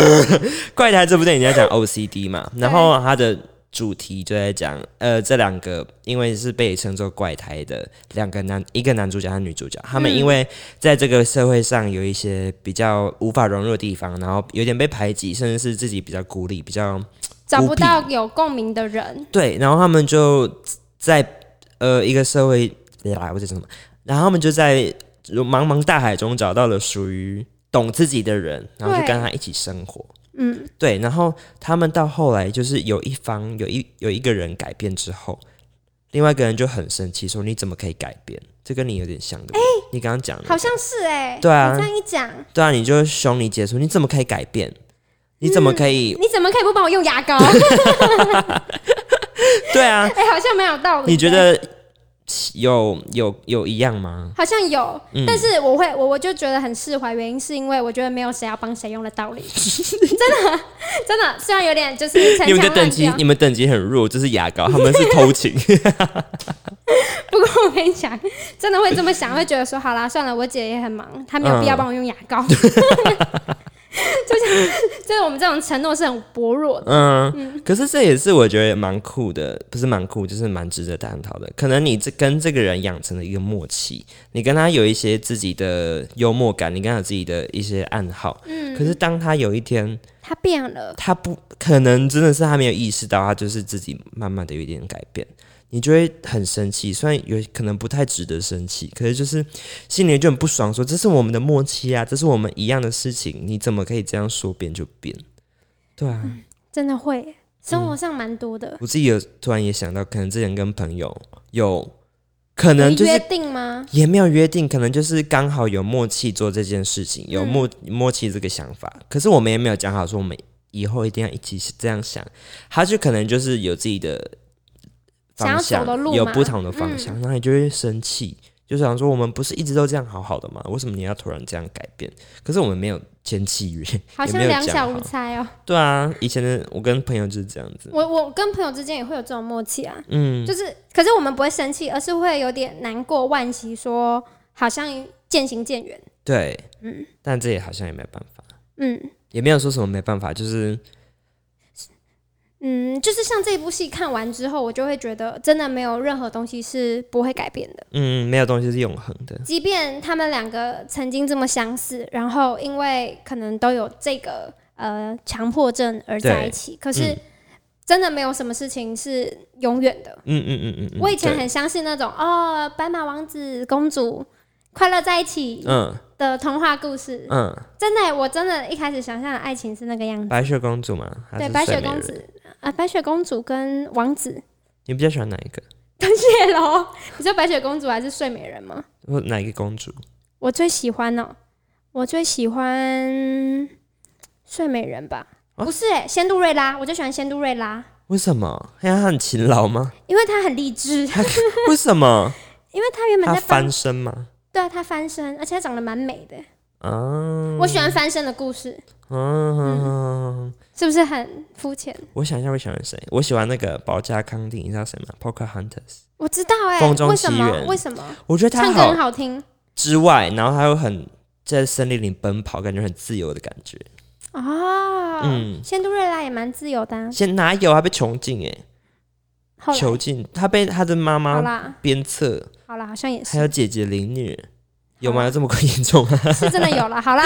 [SPEAKER 2] 怪胎这部电影在讲 OCD 嘛，然后它的主题就在讲，呃，这两个因为是被称作怪胎的两个男，一个男主角和女主角，他们因为在这个社会上有一些比较无法融入的地方，然后有点被排挤，甚至是自己比较孤立，比较
[SPEAKER 1] 找不到有共鸣的人，
[SPEAKER 2] 对，然后他们就在呃一个社会，来我在讲什么？然后他们就在茫茫大海中找到了属于懂自己的人，然后就跟他一起生活。
[SPEAKER 1] 嗯，
[SPEAKER 2] 对，然后他们到后来就是有一方有一有一个人改变之后，另外一个人就很生气，说你怎么可以改变？这跟你有点像的，对不对你刚刚讲的
[SPEAKER 1] 哎好，像是哎、
[SPEAKER 2] 对啊
[SPEAKER 1] 你这样一讲，
[SPEAKER 2] 对啊，你就凶你姐说你怎么可以改变？你怎么
[SPEAKER 1] 嗯
[SPEAKER 2] 可以？
[SPEAKER 1] 你怎么可以不帮我用牙 膏？
[SPEAKER 2] 对啊，
[SPEAKER 1] 哎、好像蛮有道理的。
[SPEAKER 2] 你觉得有有有一样吗？
[SPEAKER 1] 好像有，
[SPEAKER 2] 嗯
[SPEAKER 1] 但是我会我我就觉得很释怀，原因是因为我觉得没有谁要帮谁用的道理， 真的真的，虽然有 点就是
[SPEAKER 2] 你
[SPEAKER 1] 陈
[SPEAKER 2] 们的
[SPEAKER 1] 腔
[SPEAKER 2] 等
[SPEAKER 1] 滥
[SPEAKER 2] 级
[SPEAKER 1] 调，，
[SPEAKER 2] 你们等级很弱，这是牙膏，他们是偷情。
[SPEAKER 1] 不过我跟你讲，真的会这么想，会觉得说好啦，算了，我姐也很忙，她
[SPEAKER 2] 嗯
[SPEAKER 1] 没有必要帮我用牙 膏，就像就是我们这种承诺是很薄弱的，
[SPEAKER 2] 嗯，可是这也是我觉得蛮酷的，不是蛮酷，就是蛮值得探讨的。可能你这跟这个人养成了一个默契，你跟他有一些自己的幽默感，你跟他有自己的一些暗号。可是当他有一天，
[SPEAKER 1] 她变了，
[SPEAKER 2] 他不可能真的是他没有意识到，他就是自己慢慢的有一点改变，你就会很生气。虽然有可能不太值得生气，可是就是心里就很不爽说这是我们的默契啊，这是我们一样的事情，你怎么可以这样说变就变？对啊，
[SPEAKER 1] 真的会，生活上蛮多的，
[SPEAKER 2] 我自己有突然也想到，可能之前跟朋友有可能
[SPEAKER 1] 有
[SPEAKER 2] 就是
[SPEAKER 1] 约定吗？
[SPEAKER 2] 也没有约定，可能就是刚好有默契做这件事情，
[SPEAKER 1] 嗯
[SPEAKER 2] 有默、默契这个想法。可是我们也没有讲好说我们以后一定要一起这样想，他就可能就是有自己的方
[SPEAKER 1] 想
[SPEAKER 2] 向
[SPEAKER 1] 要，走的路嘛
[SPEAKER 2] 有不同的方向，那、你就会生气，就想说我们不是一直都这样好好的吗？为什么你要突然这样改变？可是我们没有签契约，
[SPEAKER 1] 好
[SPEAKER 2] 也
[SPEAKER 1] 像
[SPEAKER 2] 没有
[SPEAKER 1] 两
[SPEAKER 2] 讲
[SPEAKER 1] 小
[SPEAKER 2] 好
[SPEAKER 1] 无猜哦、
[SPEAKER 2] 对啊，以前的我跟朋友就是这样子，
[SPEAKER 1] 我我跟朋友之间也会有这种默契啊，
[SPEAKER 2] 嗯，
[SPEAKER 1] 就是，可是我们不会生气，而是会有点难过、惋惜说，好像渐行渐远。
[SPEAKER 2] 对，
[SPEAKER 1] 嗯
[SPEAKER 2] 但这也好像也没办法，
[SPEAKER 1] 嗯
[SPEAKER 2] 也没有说什么没办法，就是
[SPEAKER 1] 嗯，就是像这部戏看完之后，我就会觉得真的没有任何东西是不会改变的，
[SPEAKER 2] 嗯，没有东西是永恒的。
[SPEAKER 1] 即便他们两个曾经这么相似，然后因为可能都有这个呃强迫症而在一起，可是
[SPEAKER 2] 嗯
[SPEAKER 1] 真的没有什么事情是永远的。
[SPEAKER 2] 嗯嗯嗯嗯嗯，
[SPEAKER 1] 我以前
[SPEAKER 2] 对
[SPEAKER 1] 很相信那种哦，白马王子公主快乐在一起
[SPEAKER 2] 嗯
[SPEAKER 1] 的童话故事，
[SPEAKER 2] 嗯，
[SPEAKER 1] 真的欸，我真的一开始想象的爱情是那个样子。
[SPEAKER 2] 白雪公主嘛，还
[SPEAKER 1] 对，
[SPEAKER 2] 是
[SPEAKER 1] 白雪
[SPEAKER 2] 睡美
[SPEAKER 1] 公
[SPEAKER 2] 人
[SPEAKER 1] 主，啊，白雪公主跟王子
[SPEAKER 2] 你比较喜欢哪一个？
[SPEAKER 1] 邓谢龙，你说白雪公主还是睡美人吗？
[SPEAKER 2] 或哪一个公主？
[SPEAKER 1] 我最喜欢哦，我最喜欢睡美人吧？
[SPEAKER 2] 啊
[SPEAKER 1] 不是、欸，仙杜瑞拉，我最喜欢仙杜瑞拉，
[SPEAKER 2] 为什么？因为她很勤劳吗？
[SPEAKER 1] 因为她很励志，
[SPEAKER 2] 为什 么？
[SPEAKER 1] 因为她原本
[SPEAKER 2] 她
[SPEAKER 1] 在帮
[SPEAKER 2] 翻身吗？
[SPEAKER 1] 对啊她翻身，而且她长得蛮美的。
[SPEAKER 2] 啊
[SPEAKER 1] 我喜欢翻身的故事，
[SPEAKER 2] 啊！
[SPEAKER 1] 是不是很肤浅？
[SPEAKER 2] 我想一下，我喜欢谁？我喜欢那个保加康定，你知道谁吗？Poker Hunters。
[SPEAKER 1] 我知道哎、
[SPEAKER 2] 风中
[SPEAKER 1] 为什
[SPEAKER 2] 奇
[SPEAKER 1] 么？
[SPEAKER 2] 缘
[SPEAKER 1] 为什么？
[SPEAKER 2] 我觉得她
[SPEAKER 1] 唱歌很
[SPEAKER 2] 好
[SPEAKER 1] 好听
[SPEAKER 2] 之外，然后她又很在森林里奔跑，感觉很自由的感觉。
[SPEAKER 1] 哦。
[SPEAKER 2] 嗯，
[SPEAKER 1] 仙杜瑞拉也蛮自由的、啊，
[SPEAKER 2] 先哪有？她被囚禁哎、
[SPEAKER 1] 后来
[SPEAKER 2] 囚禁，她被她的妈
[SPEAKER 1] 好
[SPEAKER 2] 妈
[SPEAKER 1] 啦，
[SPEAKER 2] 鞭策。
[SPEAKER 1] 好啦，好像也
[SPEAKER 2] 还有
[SPEAKER 1] 是，
[SPEAKER 2] 姐姐凌虐，有
[SPEAKER 1] 好
[SPEAKER 2] 吗？
[SPEAKER 1] 啊
[SPEAKER 2] 有这么严重啊？
[SPEAKER 1] 是真的有 了。好啦，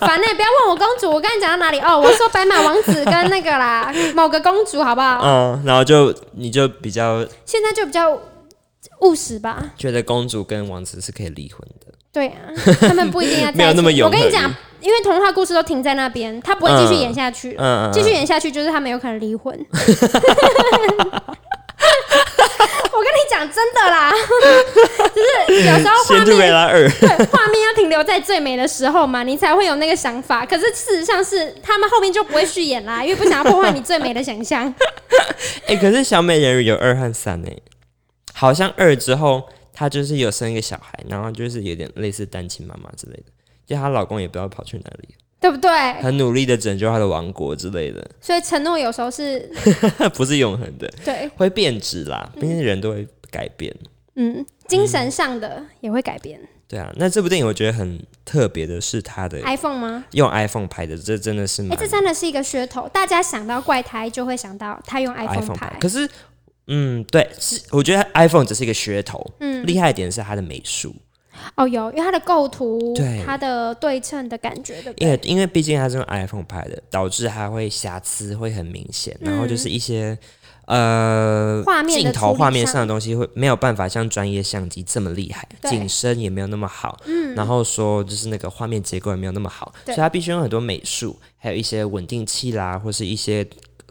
[SPEAKER 1] 烦呢、不要问我公主，我刚才讲到哪里？ 哦，我说白马王子跟那个啦，某个公主，好不好？
[SPEAKER 2] 嗯，然后就你就比较
[SPEAKER 1] 现在就比较务实吧。
[SPEAKER 2] 觉得公主跟王子是可以离婚的，
[SPEAKER 1] 对 啊，他们不一定要在一起
[SPEAKER 2] 没有那么永
[SPEAKER 1] 我
[SPEAKER 2] 恒
[SPEAKER 1] 跟你讲，因为童话故事都停在那边，他不会继续演下去了。
[SPEAKER 2] 嗯，嗯
[SPEAKER 1] 继续演下去就是他们有可能离婚。 我跟你讲，真的啦， 就是有时候画
[SPEAKER 2] 仙杜
[SPEAKER 1] 面
[SPEAKER 2] 瑞拉二，
[SPEAKER 1] 对，画面要停留在最美的时候嘛，你才会有那个想法。可是事实上是他们后面就不会续演啦，因为不想要破坏你最美的想 象。
[SPEAKER 2] 哎，可是小美人鱼有二和三呢，好像二之后她就是有生一个小孩，然后就是有点类似单亲妈妈之类的，就她老公也不知道跑去哪里，
[SPEAKER 1] 对不对？
[SPEAKER 2] 很努力的拯救他的王国之类的，
[SPEAKER 1] 所以承诺有时候是
[SPEAKER 2] 不是永恒的，
[SPEAKER 1] 对，
[SPEAKER 2] 会变质啦，毕竟人都会改变。
[SPEAKER 1] 嗯，精神上的也会改变。
[SPEAKER 2] 对啊，那这部电影我觉得很特别的是它的
[SPEAKER 1] iPhone 吗？
[SPEAKER 2] 用 iPhone 拍的，这真的是
[SPEAKER 1] 哎、
[SPEAKER 2] 蛮
[SPEAKER 1] 这真的是一个噱头，大家想到怪胎就会想到他用 iPhone 拍。
[SPEAKER 2] 可是，嗯，对，是我觉得 iPhone 只是一个噱头，
[SPEAKER 1] 嗯，
[SPEAKER 2] 厉害的点是它的美术，
[SPEAKER 1] 哦，有，因为它的构图
[SPEAKER 2] 对，
[SPEAKER 1] 它的对称的感觉，对不
[SPEAKER 2] 因
[SPEAKER 1] 对？
[SPEAKER 2] 为因为毕竟它是用 iPhone 拍的，导致它会瑕疵会很明显，然后就是一些、呃
[SPEAKER 1] 嗯画面的
[SPEAKER 2] 镜头
[SPEAKER 1] 处理
[SPEAKER 2] 画面
[SPEAKER 1] 上
[SPEAKER 2] 上的东西会没有办法像专业相机这么厉害，
[SPEAKER 1] 对
[SPEAKER 2] 景深也没有那么好，嗯，然后说就是那个画面结构也没有那么好，所
[SPEAKER 1] 对
[SPEAKER 2] 以它必须用很多美术，还有一些稳定器啦，或是一些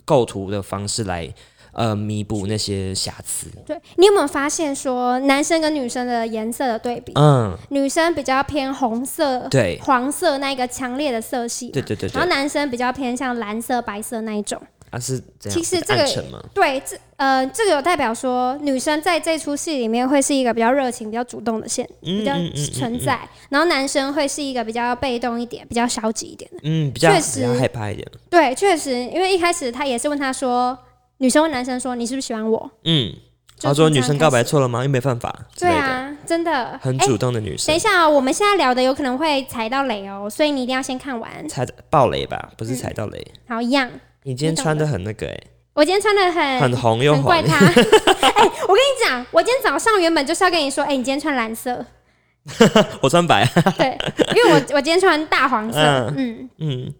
[SPEAKER 2] 构图的方式来呃弥补那些瑕疵，
[SPEAKER 1] 对，你有没有发现说男生跟女生的颜色的对比？
[SPEAKER 2] 嗯，
[SPEAKER 1] 女生比较偏红色、
[SPEAKER 2] 对。
[SPEAKER 1] 黄色那一个强烈的色系嘛，
[SPEAKER 2] 对对对
[SPEAKER 1] 啊然
[SPEAKER 2] 对
[SPEAKER 1] 后，男生比较偏向蓝色、白色那一种。
[SPEAKER 2] 啊是这样，
[SPEAKER 1] 其实这个
[SPEAKER 2] 暗沉吗？
[SPEAKER 1] 对，这呃，这个有代表说女生在这出戏里面会是一个比较热情、比较主动的线，比
[SPEAKER 2] 嗯
[SPEAKER 1] 较
[SPEAKER 2] 嗯嗯
[SPEAKER 1] 存在，然后男生会是一个比较被动一点、比较消极一点的。
[SPEAKER 2] 嗯，比较
[SPEAKER 1] 确
[SPEAKER 2] 比较
[SPEAKER 1] 实
[SPEAKER 2] 害怕一点，
[SPEAKER 1] 对，确实，因为一开始他也是问他说，女生问男生说你是不是喜欢我？
[SPEAKER 2] 嗯。
[SPEAKER 1] 就
[SPEAKER 2] 他说
[SPEAKER 1] 从这
[SPEAKER 2] 女
[SPEAKER 1] 样
[SPEAKER 2] 生
[SPEAKER 1] 开
[SPEAKER 2] 告白
[SPEAKER 1] 始
[SPEAKER 2] 错了吗？又没办法之
[SPEAKER 1] 对
[SPEAKER 2] 类的，
[SPEAKER 1] 啊，真的。
[SPEAKER 2] 很
[SPEAKER 1] 哎
[SPEAKER 2] 主动的女生
[SPEAKER 1] 等一。下、哦，我们现在聊的有可能会踩到雷哦，所以你一嗯定要先看完。
[SPEAKER 2] 踩爆雷吧，不是踩到雷。
[SPEAKER 1] 好，一样。
[SPEAKER 2] 你今天
[SPEAKER 1] 你懂
[SPEAKER 2] 穿的很那个哎、
[SPEAKER 1] 我今天穿的很
[SPEAKER 2] 很红又
[SPEAKER 1] 很
[SPEAKER 2] 红
[SPEAKER 1] 怪，他。哎、我跟你讲，我今天早上原本就是要跟你说，哎、你今天穿 蓝色，
[SPEAKER 2] 我穿白。啊
[SPEAKER 1] 对，因为我我今天穿大黄色，嗯
[SPEAKER 2] 嗯，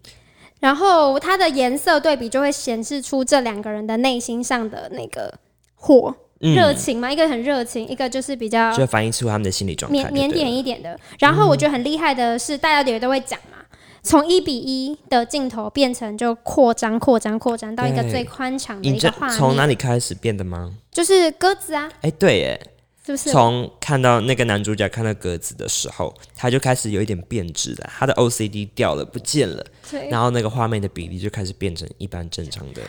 [SPEAKER 1] 然后它的颜色对比就会显示出这两个人的内心上的那个火
[SPEAKER 2] 嗯
[SPEAKER 1] 热、情嘛，一个很热情，一个就是比较
[SPEAKER 2] 就反映出他们的心理状态就
[SPEAKER 1] 腼
[SPEAKER 2] 对了。
[SPEAKER 1] 腼腆一点的。然后我觉得很厉害的是，大家也都会讲嘛，从一比一的镜头变成就扩张、扩张、扩张到一个
[SPEAKER 2] 对
[SPEAKER 1] 最宽敞的
[SPEAKER 2] 你
[SPEAKER 1] 一
[SPEAKER 2] 这
[SPEAKER 1] 个画
[SPEAKER 2] 从哪
[SPEAKER 1] 面，
[SPEAKER 2] 里开始变的吗？
[SPEAKER 1] 就是鸽子啊，
[SPEAKER 2] 哎、对，哎，
[SPEAKER 1] 是不是？
[SPEAKER 2] 从看到那个男主角看到格子的时候，他就开始有一点变质了，他的 OCD 掉了，不见了，
[SPEAKER 1] 对，
[SPEAKER 2] 然后那个画面的比例就开始变成一般正常的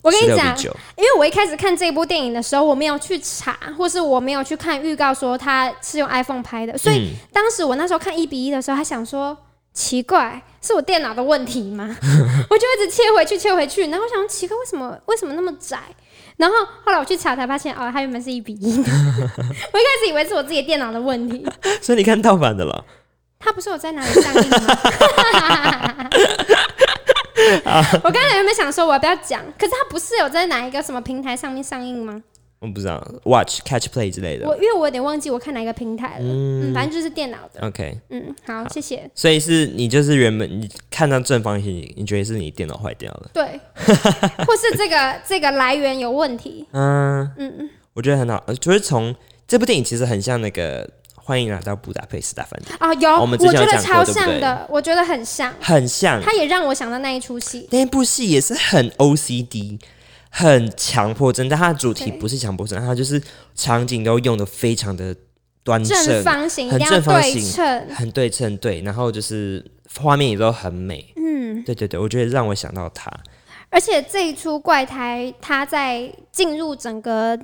[SPEAKER 1] 我跟
[SPEAKER 2] 十
[SPEAKER 1] 你
[SPEAKER 2] 六
[SPEAKER 1] 讲
[SPEAKER 2] 比，九。
[SPEAKER 1] 因为我一开始看这部电影的时候，我没有去查，或是我没有去看预告说它是用 iPhone 拍的，所以
[SPEAKER 2] 嗯
[SPEAKER 1] 当时我那时候看一比一的时候，还想说奇怪，是我电脑的问题吗？ 我就一直切回去，切回去，然后我想奇怪，为什么为什么那么窄？然后后来我去查才发现，哦，它原本是一比一的。 我一开始以为是我自己的电脑的问题，
[SPEAKER 2] 所以你看盗版的了。
[SPEAKER 1] 它不是有在哪里上映吗？ 我刚才原本想说我要不要讲，可是它不是有在哪一个什么平台上面上映吗？
[SPEAKER 2] 我不知道，watch catch play 之类的。
[SPEAKER 1] 我因为我有点忘记我看哪一个平台了，嗯，反正就是电脑的，
[SPEAKER 2] OK，
[SPEAKER 1] 嗯，好，谢谢。
[SPEAKER 2] 所以是你就是原本你看到正方形，你你觉得是你电脑坏掉了？
[SPEAKER 1] 对， 或是这个这个来源有问题，
[SPEAKER 2] 嗯
[SPEAKER 1] 嗯
[SPEAKER 2] 我觉得很好，呃就是从这部电影其实很像那个《欢迎来到布达佩斯大饭店
[SPEAKER 1] 啊，有，
[SPEAKER 2] 哦我们之前有
[SPEAKER 1] 觉得
[SPEAKER 2] 讲过
[SPEAKER 1] 超
[SPEAKER 2] 对不
[SPEAKER 1] 像
[SPEAKER 2] 对
[SPEAKER 1] 的，我觉得很像，》，
[SPEAKER 2] 很像。
[SPEAKER 1] 它也让我想到那一出戏，
[SPEAKER 2] 那部戏也是很 OCD，很强迫症，但它的主题
[SPEAKER 1] 对
[SPEAKER 2] 不是强迫症，它就是场景都用的非常的端
[SPEAKER 1] 正
[SPEAKER 2] 正，
[SPEAKER 1] 方形一
[SPEAKER 2] 很
[SPEAKER 1] 定要
[SPEAKER 2] 正方
[SPEAKER 1] 对
[SPEAKER 2] 形
[SPEAKER 1] 称，
[SPEAKER 2] 很对称，对，然后就是画面也都很美。
[SPEAKER 1] 嗯，
[SPEAKER 2] 对对对，我觉得让我想到它。
[SPEAKER 1] 而且这一出怪胎，它在进入整个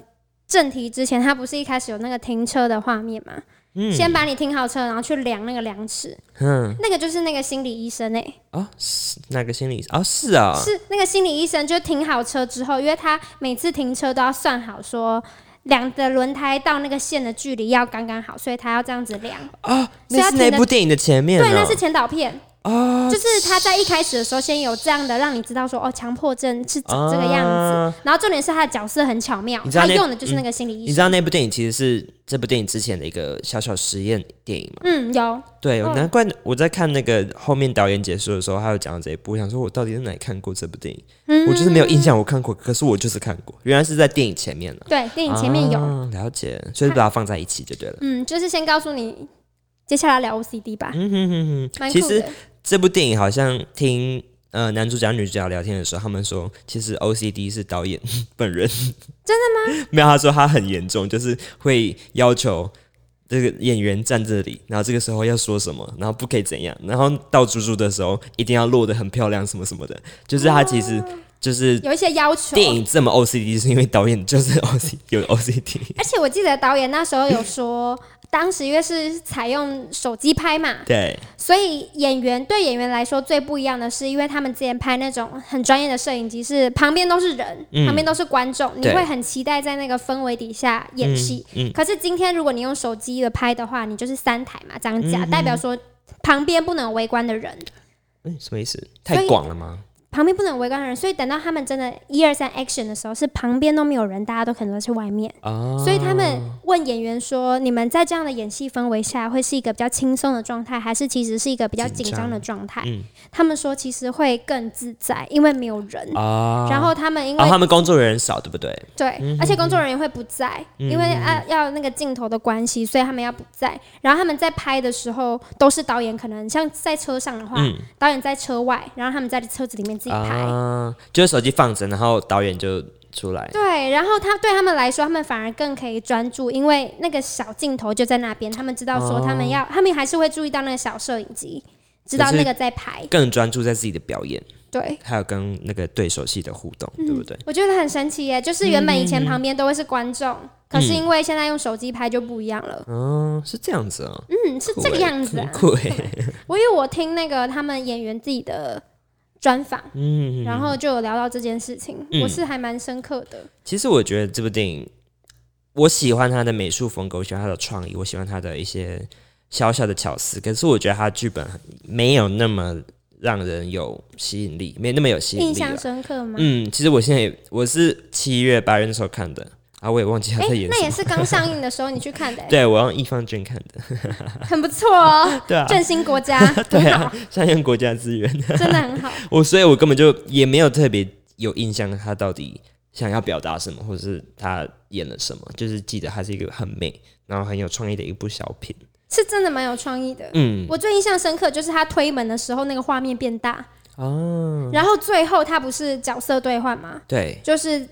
[SPEAKER 1] 正题之前，它不是一开始有那个停车的画面吗？
[SPEAKER 2] 嗯
[SPEAKER 1] 先把你停好车，然后去量那个量尺，
[SPEAKER 2] 嗯
[SPEAKER 1] 那个就是那个心理医生哎、
[SPEAKER 2] 哦，是那个心理哦，是啊、
[SPEAKER 1] 是那个心理医生就停好车之后，因为他每次停车都要算好说。两的轮胎到那个线的距离要刚刚好，所以他要这样子量。
[SPEAKER 2] 哦，
[SPEAKER 1] 所以
[SPEAKER 2] 那是
[SPEAKER 1] 他停
[SPEAKER 2] 那
[SPEAKER 1] 的
[SPEAKER 2] 部电影的前面、哦，
[SPEAKER 1] 对，那是前导片，
[SPEAKER 2] 哦，
[SPEAKER 1] 就是他在一开始的时候先有这样的让你知道说，哦，强迫症是长这个样子。
[SPEAKER 2] 啊
[SPEAKER 1] 然后重点是他的角色很巧妙
[SPEAKER 2] 你，知道
[SPEAKER 1] 他
[SPEAKER 2] 那
[SPEAKER 1] 用的就是那个心理医
[SPEAKER 2] 你
[SPEAKER 1] 生。
[SPEAKER 2] 知道那部电影其实是这部电影之前的一个小小实验电影吗？
[SPEAKER 1] 嗯，有
[SPEAKER 2] 对，
[SPEAKER 1] 嗯
[SPEAKER 2] 难怪我在看那个后面导演解说的时候，他有讲到这一部，我想说我到底在哪里看过这部电影？
[SPEAKER 1] 嗯
[SPEAKER 2] 我就是没有印象，我看过，可是我就是看过，原来是在电影前面呢、
[SPEAKER 1] 对电影前面有，
[SPEAKER 2] 啊了解，就是把它放在一起就对了。
[SPEAKER 1] 嗯，就是先告诉你，接下来聊 OCD 吧，
[SPEAKER 2] 嗯哼哼哼，
[SPEAKER 1] 蛮
[SPEAKER 2] 其
[SPEAKER 1] 酷
[SPEAKER 2] 实
[SPEAKER 1] 的。
[SPEAKER 2] 这部电影好像听呃男主角女主角聊天的时候，他们说其实 OCD 是导演本人，真的吗？ 没有，他说他很严重，就是会要求这个演员站这里，然后这个时候要说什么，然后不可以怎样，然后到猪猪的时候一定要落得很漂亮，什么什么的，就是他其实就是。
[SPEAKER 1] 有一些要求，
[SPEAKER 2] 电影这 么 OCD 是因为导演就是 OC 有 OCD，
[SPEAKER 1] 而且我记得导演那时候有说，当时因为是采用手机拍嘛，
[SPEAKER 2] 对，
[SPEAKER 1] 所以演员对演员来说最不一样的是，因为他们之前拍那种很专业的摄影机，是旁边都是人，
[SPEAKER 2] 嗯
[SPEAKER 1] 旁边都是观众，你
[SPEAKER 2] 对
[SPEAKER 1] 会很期待在那个氛围底下演戏。
[SPEAKER 2] 嗯，嗯
[SPEAKER 1] 可是今天如果你用手机的拍的话，你就是三台嘛，这样
[SPEAKER 2] 嗯
[SPEAKER 1] 加，
[SPEAKER 2] 哼
[SPEAKER 1] 代表说旁边不能有围观的人，
[SPEAKER 2] 嗯，什么意思？
[SPEAKER 1] 所以
[SPEAKER 2] 太广了吗？
[SPEAKER 1] 旁边不能有围观的人，所以等到他们真的一二三 action 的时候，是旁边都没有人，大家都可能都去外面。
[SPEAKER 2] 啊，
[SPEAKER 1] 所以他们问演员说：“你们在这样的演戏氛围下，会是一个比较轻松的状态，还是其实是一个比较紧张的状态？”
[SPEAKER 2] 嗯
[SPEAKER 1] 他们说其实会更自在，因为没有人。
[SPEAKER 2] 啊，
[SPEAKER 1] 然后他们因为、
[SPEAKER 2] 啊，他们嗯工作人员少，对不对？
[SPEAKER 1] 对，而且工作人员会不在，
[SPEAKER 2] 嗯
[SPEAKER 1] 因为啊要那个镜头的关系，所以他们要不在。然后他们在拍的时候都是导演，可能像在车上的话，
[SPEAKER 2] 嗯
[SPEAKER 1] 导演在车外，然后他们在车子里面自己拍。
[SPEAKER 2] 啊，就是手机放着，然后导演就出来，
[SPEAKER 1] 对，然后他对他们来说，他们反而更可以专注，因为那个小镜头就在那边，他们知道说他们要，他们还是会注意到那个小摄影机，知道
[SPEAKER 2] 哦可是
[SPEAKER 1] 那个在拍。
[SPEAKER 2] 更专注在自己的表演，
[SPEAKER 1] 对，
[SPEAKER 2] 还有跟那个对手戏的互动，
[SPEAKER 1] 嗯
[SPEAKER 2] 对不对？
[SPEAKER 1] 我觉得很神奇耶，就是原本以前旁边都会是观众，可是因为现在用手机拍就不一样了。
[SPEAKER 2] 嗯，是这样子哦，
[SPEAKER 1] 嗯，是
[SPEAKER 2] 酷
[SPEAKER 1] 这个
[SPEAKER 2] 欸
[SPEAKER 1] 样子啊
[SPEAKER 2] 很。酷欸
[SPEAKER 1] 我因为我听那个他们演员自己的专访，
[SPEAKER 2] 嗯，
[SPEAKER 1] 然后就有聊到这件事情，
[SPEAKER 2] 嗯
[SPEAKER 1] 我是还蛮深刻的。
[SPEAKER 2] 其实我觉得这部电影，我喜欢它的美术风格，我喜欢它的创意，我喜欢它的一些小小的巧思。可是我觉得它剧本很没有那么让人有吸引力，没那么有吸引
[SPEAKER 1] 印
[SPEAKER 2] 力
[SPEAKER 1] 象
[SPEAKER 2] 了。
[SPEAKER 1] 深刻吗？
[SPEAKER 2] 嗯，其实我现在也我是七月八月那时候看的啊，我也忘记他
[SPEAKER 1] 哎、
[SPEAKER 2] 在演
[SPEAKER 1] 那
[SPEAKER 2] 什
[SPEAKER 1] 也
[SPEAKER 2] 么。
[SPEAKER 1] 是刚上映的时候你去看的、欸，
[SPEAKER 2] 对，我用易方卷看 的。
[SPEAKER 1] 很不错哦，
[SPEAKER 2] 对啊，
[SPEAKER 1] 振兴国家，
[SPEAKER 2] 对
[SPEAKER 1] 很
[SPEAKER 2] 啊
[SPEAKER 1] 好，，
[SPEAKER 2] 善用国家资源。
[SPEAKER 1] 真的很好。
[SPEAKER 2] 我所以，我根本就也没有特别有印象，他到底想要表达什么，或者是他演了什么，就是记得他是一个很美，然后很有创意的一部小品。
[SPEAKER 1] 是真的蛮有创意的。
[SPEAKER 2] 嗯，
[SPEAKER 1] 我最印象深刻就是他推门的时候那个画面变大，
[SPEAKER 2] 啊，
[SPEAKER 1] 然后最后他不是角色兑换吗？
[SPEAKER 2] 对，
[SPEAKER 1] 就是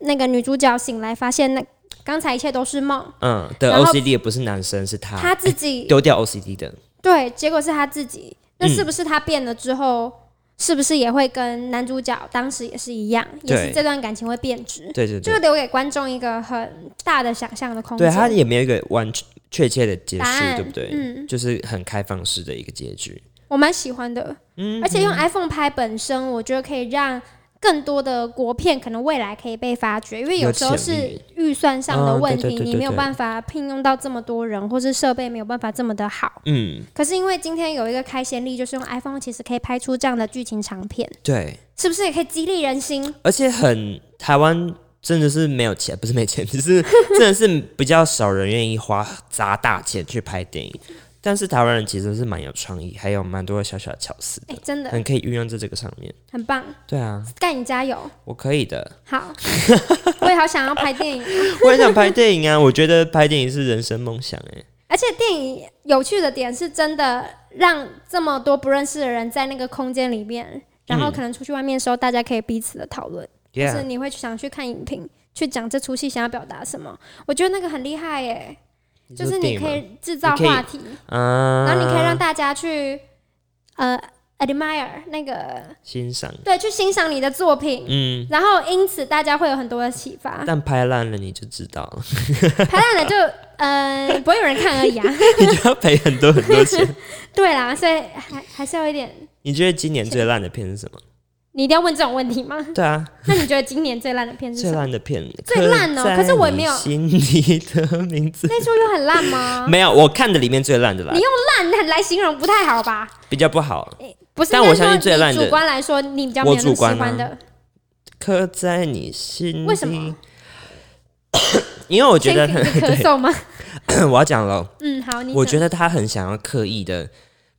[SPEAKER 1] 那个女主角醒来发现那刚才一切都是梦，
[SPEAKER 2] 嗯，的
[SPEAKER 1] 然后
[SPEAKER 2] OCD 也不是男生，是他
[SPEAKER 1] 她自己
[SPEAKER 2] 啊哎丢掉 OCD 的，
[SPEAKER 1] 对，结果是她自己。那
[SPEAKER 2] 嗯
[SPEAKER 1] 是不是她变了之后，是不是也会跟男主角当时也是一样，也
[SPEAKER 2] 对
[SPEAKER 1] 是这段感情会变质？
[SPEAKER 2] 对对
[SPEAKER 1] 就
[SPEAKER 2] 对，
[SPEAKER 1] 留给观众一个很大的想象的空
[SPEAKER 2] 对他
[SPEAKER 1] 间。
[SPEAKER 2] 也没有一个完全确切的结
[SPEAKER 1] 答
[SPEAKER 2] 束，
[SPEAKER 1] 案
[SPEAKER 2] 对不对？
[SPEAKER 1] 嗯，
[SPEAKER 2] 就是很开放式的一个结局。
[SPEAKER 1] 我蛮喜欢的。
[SPEAKER 2] 嗯
[SPEAKER 1] 而且用 iPhone 拍本身，我觉得可以让更多的国片可能未来可以被发掘，因为
[SPEAKER 2] 有
[SPEAKER 1] 有时候
[SPEAKER 2] 潜
[SPEAKER 1] 是
[SPEAKER 2] 力
[SPEAKER 1] 预算上的
[SPEAKER 2] 嗯
[SPEAKER 1] 问
[SPEAKER 2] 对对
[SPEAKER 1] 题，
[SPEAKER 2] 对
[SPEAKER 1] 你
[SPEAKER 2] 对
[SPEAKER 1] 没有
[SPEAKER 2] 对
[SPEAKER 1] 办法聘用到这么多人，或是设备没有办法这么的好。
[SPEAKER 2] 嗯，
[SPEAKER 1] 可是因为今天有一个开先例，就是用 iPhone 其实可以拍出这样的剧情长片，
[SPEAKER 2] 对，
[SPEAKER 1] 是不是也可以激励人心？
[SPEAKER 2] 而且很台湾真的是没有钱，不是没钱，只 是真的是比较少人愿意花砸大钱去拍电影。但是台湾人其实是蛮有创意，还有蛮多小小的巧思，
[SPEAKER 1] 哎、真的
[SPEAKER 2] 很可以运用在这个上面。
[SPEAKER 1] 很棒，
[SPEAKER 2] 对啊，
[SPEAKER 1] 干你加油！
[SPEAKER 2] 我可以 的，
[SPEAKER 1] 好， 我也好想要拍电影，
[SPEAKER 2] 我也想拍电影啊！我觉得拍电影是人生梦想哎、
[SPEAKER 1] 而且电影有趣的点是真的让这么多不认识的人在那个空间里面，然后可能出去外面的时候，大家可以彼此的讨论，就
[SPEAKER 2] Yeah，
[SPEAKER 1] 是你会想去看影评，去讲这出戏想要表达什么。我觉得那个很厉害耶，
[SPEAKER 2] 你
[SPEAKER 1] 就
[SPEAKER 2] 说
[SPEAKER 1] 是
[SPEAKER 2] 电
[SPEAKER 1] 你
[SPEAKER 2] 影
[SPEAKER 1] 可
[SPEAKER 2] 吗
[SPEAKER 1] 以制造
[SPEAKER 2] 你可以
[SPEAKER 1] 话题，
[SPEAKER 2] 啊，
[SPEAKER 1] 然后你可以让大家去呃 admire 那个
[SPEAKER 2] 欣赏，
[SPEAKER 1] 对，去欣赏你的作品。
[SPEAKER 2] 嗯，
[SPEAKER 1] 然后，因此大家会有很多的启发。
[SPEAKER 2] 但拍烂了你就知道了，
[SPEAKER 1] 拍烂了就，呃，不会有人看而已啊。
[SPEAKER 2] 你就要赔很多很多钱。
[SPEAKER 1] 对啦，所以还还是要一点。
[SPEAKER 2] 你觉得今年最烂的片是什么？
[SPEAKER 1] 你一定要问这种问 题吗？
[SPEAKER 2] 对啊，
[SPEAKER 1] 那你觉得今年最烂的片是
[SPEAKER 2] 最
[SPEAKER 1] 什么？
[SPEAKER 2] 烂的片，
[SPEAKER 1] 最烂哦
[SPEAKER 2] 刻在
[SPEAKER 1] 可是我也没有
[SPEAKER 2] 你心里的名 字
[SPEAKER 1] 那出又很烂 吗？
[SPEAKER 2] 没有，我看的里面最烂的啦
[SPEAKER 1] 你，烂来形容不太好吧？
[SPEAKER 2] 比较不好。
[SPEAKER 1] 不是，
[SPEAKER 2] 但
[SPEAKER 1] 应该
[SPEAKER 2] 我相信
[SPEAKER 1] 说
[SPEAKER 2] 最烂的
[SPEAKER 1] 你主观来说，你比较没有那么喜
[SPEAKER 2] 我
[SPEAKER 1] 欢
[SPEAKER 2] 主观啊
[SPEAKER 1] 的。
[SPEAKER 2] 刻在你心里，
[SPEAKER 1] 为什么？
[SPEAKER 2] 因为我觉
[SPEAKER 1] 先
[SPEAKER 2] 得
[SPEAKER 1] 你 咳嗽吗？
[SPEAKER 2] 我要讲了，
[SPEAKER 1] 嗯，好，你
[SPEAKER 2] 我
[SPEAKER 1] 讲
[SPEAKER 2] 觉得他很想要刻意的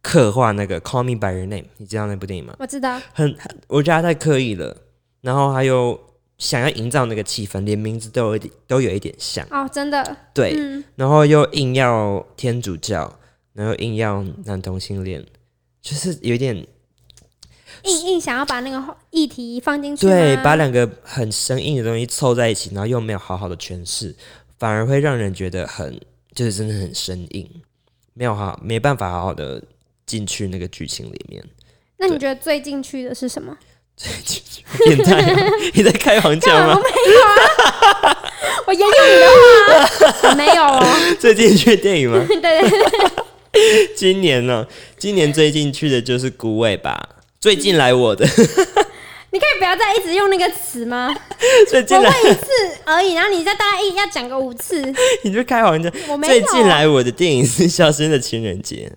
[SPEAKER 2] 刻画那个《Call Me by Your Name》，你知道那部电影吗？
[SPEAKER 1] 我知道，
[SPEAKER 2] 很，我觉得他太刻意了，然后还有想要营造那个气氛，连名字都有一点都有一点像，
[SPEAKER 1] 哦，真的，
[SPEAKER 2] 对，
[SPEAKER 1] 嗯，
[SPEAKER 2] 然后又硬要天主教，然后硬要男同性恋，就是有点
[SPEAKER 1] 硬硬想要把那个议题放进去吗，
[SPEAKER 2] 对，把两个很生硬的东西凑在一起，然后又没有好好的诠释，反而会让人觉得很就是真的很生硬，没有好没办法好好的进去那个剧情里面。
[SPEAKER 1] 那你觉得最进去的是什么？
[SPEAKER 2] 变态、 啊！你在开黄腔
[SPEAKER 1] 干 嘛？
[SPEAKER 2] 吗？
[SPEAKER 1] 我没有啊， 我沿用你的话啊， 我没有哦。
[SPEAKER 2] 最近去电影吗？
[SPEAKER 1] 对对 对，
[SPEAKER 2] 今年呢、今年最近去的就是孤味吧。最近来我的，
[SPEAKER 1] 你可以不要再一直用那个词吗？
[SPEAKER 2] 最近
[SPEAKER 1] 我
[SPEAKER 2] 来
[SPEAKER 1] 问一次而已，然后你再大概一要讲个五次，
[SPEAKER 2] 你就开黄腔。
[SPEAKER 1] 我没有。啊
[SPEAKER 2] 最近来我的电影是《消失的情人 节》，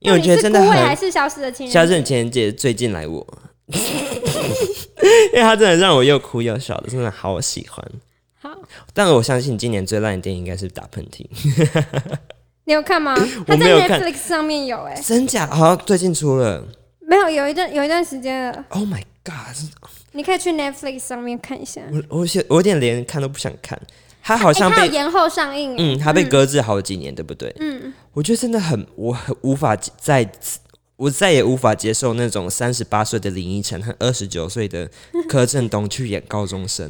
[SPEAKER 2] 因为
[SPEAKER 1] 那
[SPEAKER 2] 我
[SPEAKER 1] 你
[SPEAKER 2] 觉
[SPEAKER 1] 是
[SPEAKER 2] 得真的
[SPEAKER 1] 孤味还
[SPEAKER 2] 很《
[SPEAKER 1] 是消失的情人？
[SPEAKER 2] 消失的情人节》最近来我， 因为它真的让我又哭又笑的，真的好喜欢。
[SPEAKER 1] 好，
[SPEAKER 2] 但我相信今年最烂的电影应该是《打喷嚏》，
[SPEAKER 1] 你有看吗？
[SPEAKER 2] 我
[SPEAKER 1] 它
[SPEAKER 2] 没
[SPEAKER 1] 在
[SPEAKER 2] 有看
[SPEAKER 1] Netflix 上面有哎、
[SPEAKER 2] 真假？好像最近出了。
[SPEAKER 1] 没有有一段有一段时间了，
[SPEAKER 2] Oh my god！是
[SPEAKER 1] 你可以去 Netflix 上面看一下。
[SPEAKER 2] 我我有我有点连看都不想看，它好像
[SPEAKER 1] 哎它
[SPEAKER 2] 被
[SPEAKER 1] 有延后上映、哎
[SPEAKER 2] 嗯，它被搁置好几年，对不对？
[SPEAKER 1] 嗯，
[SPEAKER 2] 我觉得真的很，我很无法再，我再也无法接受那种三十八岁的林依晨和二十九岁的柯震东去演高中 生。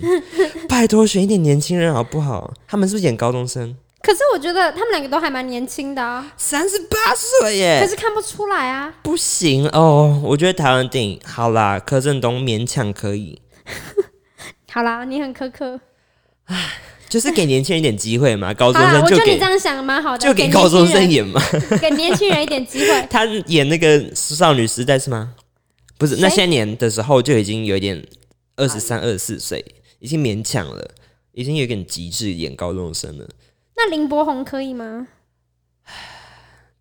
[SPEAKER 2] 拜托，选一点年轻人好不好？他们是不是演高中生？
[SPEAKER 1] 可是我觉得他们两个都还蛮年轻的啊，
[SPEAKER 2] 三十八岁耶
[SPEAKER 1] 可，是看不出来啊。
[SPEAKER 2] 不行哦！我觉得台湾电影好啦，柯震东勉强可以，
[SPEAKER 1] 好啦，你很苛刻。
[SPEAKER 2] 就是给年轻人一点机会嘛。高
[SPEAKER 1] 好
[SPEAKER 2] 中
[SPEAKER 1] 啦，
[SPEAKER 2] 生
[SPEAKER 1] 我觉
[SPEAKER 2] 就
[SPEAKER 1] 得你
[SPEAKER 2] 给
[SPEAKER 1] 这样想蛮好的，
[SPEAKER 2] 就
[SPEAKER 1] 给
[SPEAKER 2] 给
[SPEAKER 1] 年
[SPEAKER 2] 高中
[SPEAKER 1] 轻人
[SPEAKER 2] 生演嘛。。
[SPEAKER 1] 给年轻人一点机 会
[SPEAKER 2] 他演那个少女时代是吗？不是，
[SPEAKER 1] 谁
[SPEAKER 2] 那些年的时候就已经有一点二十三、二十四岁，已经勉强了，已经有点极致演高中生了。
[SPEAKER 1] 那林柏宏可 以吗？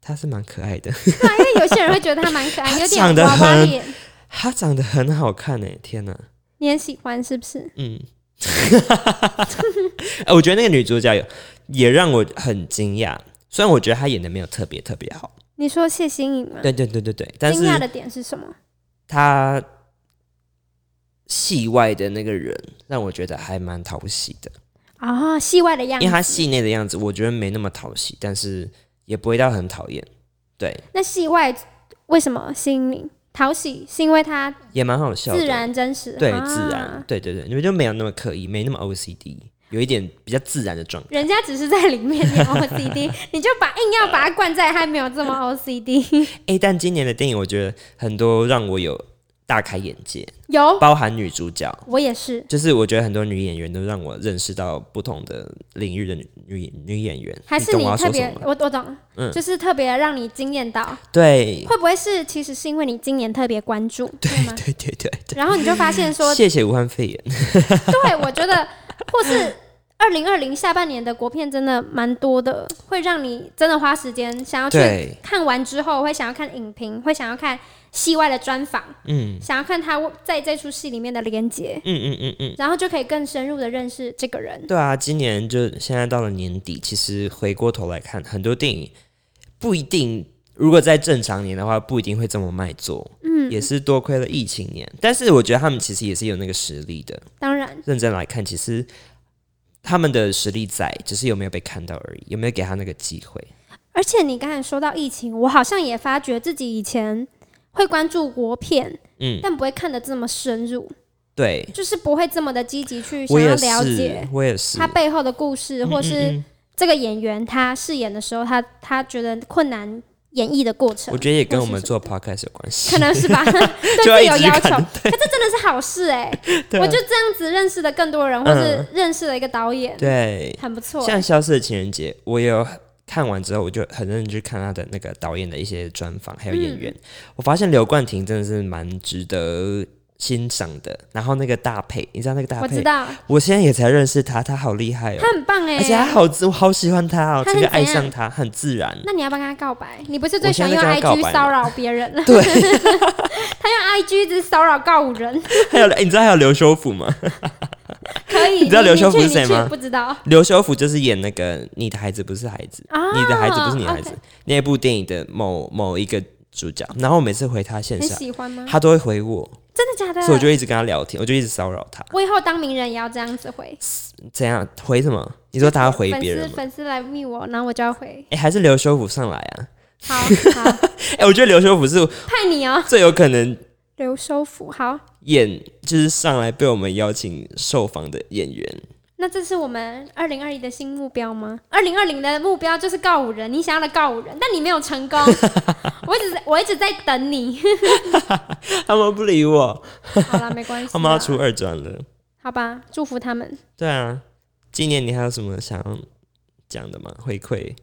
[SPEAKER 2] 他是蛮可爱的，
[SPEAKER 1] 对啊，因为有些人会觉得他蛮可爱，有
[SPEAKER 2] 长
[SPEAKER 1] 点
[SPEAKER 2] 得
[SPEAKER 1] 娃娃
[SPEAKER 2] 很
[SPEAKER 1] 脸。
[SPEAKER 2] 他长得很好看诶，天哪，
[SPEAKER 1] 你很喜欢是不是？
[SPEAKER 2] 嗯， 哎我觉得那个女主角有也让我很惊讶，虽然我觉得她演的没有特别特别好，
[SPEAKER 1] 你说谢欣颖吗？
[SPEAKER 2] 对对对对对，但
[SPEAKER 1] 惊
[SPEAKER 2] 是
[SPEAKER 1] 讶的点是什么？
[SPEAKER 2] 她戏外的那个人让我觉得还蛮讨喜的。
[SPEAKER 1] 啊、戏外的样
[SPEAKER 2] 因为
[SPEAKER 1] 子。
[SPEAKER 2] 他戏内的样子，我觉得没那么讨喜，但是也不会到很讨厌，对，
[SPEAKER 1] 那戏外为什么吸引你？讨喜是因为它
[SPEAKER 2] 也蛮好笑的，
[SPEAKER 1] 自然真实，
[SPEAKER 2] 对，
[SPEAKER 1] 啊
[SPEAKER 2] 自然，。对对对，你们就没有那么刻意，没那么 OCD，有一点比较自然的状态。
[SPEAKER 1] 人家只是在里面 念 OCD，你就把硬要把它灌在他没有这么 OCD。
[SPEAKER 2] 诶，哎但今年的电影，我觉得很多让我有大开眼界，
[SPEAKER 1] 有，
[SPEAKER 2] 包含女主角，
[SPEAKER 1] 我也是。
[SPEAKER 2] 就是我觉得很多女演员都让我认识到不同的领域的女女女演员，
[SPEAKER 1] 还是
[SPEAKER 2] 懂
[SPEAKER 1] 你
[SPEAKER 2] 我要
[SPEAKER 1] 特
[SPEAKER 2] 说什
[SPEAKER 1] 别
[SPEAKER 2] 么，吗？
[SPEAKER 1] 我我懂，
[SPEAKER 2] 嗯
[SPEAKER 1] 就是特别让你惊艳到，
[SPEAKER 2] 对
[SPEAKER 1] 会不会是其实是因为你今年特别关注，对吗？
[SPEAKER 2] 对对对对，
[SPEAKER 1] 然后你就发 现说，
[SPEAKER 2] 谢谢武汉肺炎，
[SPEAKER 1] 对我觉得，或是二零二零下半年的国片真的蛮多的，会让你真的花时间想要去
[SPEAKER 2] 对，
[SPEAKER 1] 看完之后，会想要看影评，会想要看戏外的专访，
[SPEAKER 2] 嗯
[SPEAKER 1] 想要看他在这出戏里面的连接，
[SPEAKER 2] 嗯嗯嗯嗯。
[SPEAKER 1] 然后就可以更深入的认识这个人。
[SPEAKER 2] 对啊，今年就现在到了年底，其实回过头来看，很多电影不一定，如果在正常年的话，不一定会这么卖座。嗯，也是多亏了疫情年，但是我觉得他们其实也是有那个实力的。
[SPEAKER 1] 当然，
[SPEAKER 2] 认真来看，其实他们的实力在，只是有没有被看到而已，有没有给他那个机会。
[SPEAKER 1] 而且你刚才说到疫情，我好像也发觉自己以前会关注国片，
[SPEAKER 2] 嗯，
[SPEAKER 1] 但不会看得这么深入，
[SPEAKER 2] 对，
[SPEAKER 1] 就是不会这么的积极去
[SPEAKER 2] 我
[SPEAKER 1] 想要
[SPEAKER 2] 也
[SPEAKER 1] 了
[SPEAKER 2] 是
[SPEAKER 1] 解，
[SPEAKER 2] 我也是
[SPEAKER 1] 他。背后的故事，或是、
[SPEAKER 2] 嗯嗯嗯
[SPEAKER 1] 这个演员他饰演的时候，他他觉得困难演绎的过程
[SPEAKER 2] 我，觉得也跟
[SPEAKER 1] 或
[SPEAKER 2] 我
[SPEAKER 1] 是
[SPEAKER 2] 们
[SPEAKER 1] 什
[SPEAKER 2] 做 podcast 有关系
[SPEAKER 1] 可。能 是吧，对
[SPEAKER 2] 就要
[SPEAKER 1] 自己
[SPEAKER 2] 一
[SPEAKER 1] 有
[SPEAKER 2] 直去
[SPEAKER 1] 要求，
[SPEAKER 2] 看
[SPEAKER 1] 可这真的是好事哎、
[SPEAKER 2] 对啊嗯
[SPEAKER 1] 我就这样子认识了更多人，或是认识了一个导演，
[SPEAKER 2] 对，
[SPEAKER 1] 很不错、
[SPEAKER 2] 像《消失的情人节》，我也有看完之后，我就很认真去看他的那个导演的一些专访，还有演员。
[SPEAKER 1] 嗯
[SPEAKER 2] 我发现刘冠廷真的是蛮值得欣赏的。然后那个大配，你知道那个大
[SPEAKER 1] 我知
[SPEAKER 2] 配，
[SPEAKER 1] 道
[SPEAKER 2] 我现在也才认识他，他好厉害哦
[SPEAKER 1] 他，很棒哎、
[SPEAKER 2] 而且他好自，我好喜欢他哦，
[SPEAKER 1] 他
[SPEAKER 2] 整
[SPEAKER 1] 很
[SPEAKER 2] 个爱
[SPEAKER 1] 怎样
[SPEAKER 2] 上他，很自然。
[SPEAKER 1] 那你要不要跟他告白？你不是
[SPEAKER 2] 我
[SPEAKER 1] 最喜
[SPEAKER 2] 现
[SPEAKER 1] 欢
[SPEAKER 2] 在
[SPEAKER 1] 用
[SPEAKER 2] 就要告白
[SPEAKER 1] IG
[SPEAKER 2] 了
[SPEAKER 1] 骚扰别人 了？
[SPEAKER 2] 对，
[SPEAKER 1] 他用 IG 一直骚扰 告人，
[SPEAKER 2] 还有你知道还有刘修福吗？
[SPEAKER 1] 可以。
[SPEAKER 2] 你知道刘修福
[SPEAKER 1] 你
[SPEAKER 2] 是
[SPEAKER 1] 去
[SPEAKER 2] 谁
[SPEAKER 1] 你去
[SPEAKER 2] 吗
[SPEAKER 1] 不知道
[SPEAKER 2] 刘修福就是演那个《你的孩子不是孩子》，
[SPEAKER 1] 啊，
[SPEAKER 2] 你的孩子不是你的孩子
[SPEAKER 1] OK，
[SPEAKER 2] 那部电影的某某一个主角。然后我每次回他线
[SPEAKER 1] 很
[SPEAKER 2] 上，
[SPEAKER 1] 喜欢吗？
[SPEAKER 2] 他都会回我，
[SPEAKER 1] 真的假的？
[SPEAKER 2] 所以我就一直跟他聊天，我就一直骚扰他。
[SPEAKER 1] 我以后当名人也要这样子回。
[SPEAKER 2] 怎样回什么？你说他要回
[SPEAKER 1] 粉
[SPEAKER 2] 别
[SPEAKER 1] 丝
[SPEAKER 2] 人吗？
[SPEAKER 1] 粉丝来密我，然后我就要回。
[SPEAKER 2] 哎、还是刘修福上来啊？
[SPEAKER 1] 好好，
[SPEAKER 2] 哎、我觉得刘修福是
[SPEAKER 1] 派你哦，
[SPEAKER 2] 最有可能
[SPEAKER 1] 刘收福。好，
[SPEAKER 2] 演，就是上来被我们邀请受访的演员。
[SPEAKER 1] 那这是我们二零二一的新目 标吗？二零二零的目标就是告五人，你想要的告五人，但你没有成功。我只是我我一直在等你。
[SPEAKER 2] 他们不理我，
[SPEAKER 1] 好了，没关系啦。
[SPEAKER 2] 他们要出二专了。
[SPEAKER 1] 好吧，祝福他们。
[SPEAKER 2] 对啊，今年你还有什么想要讲的吗？回馈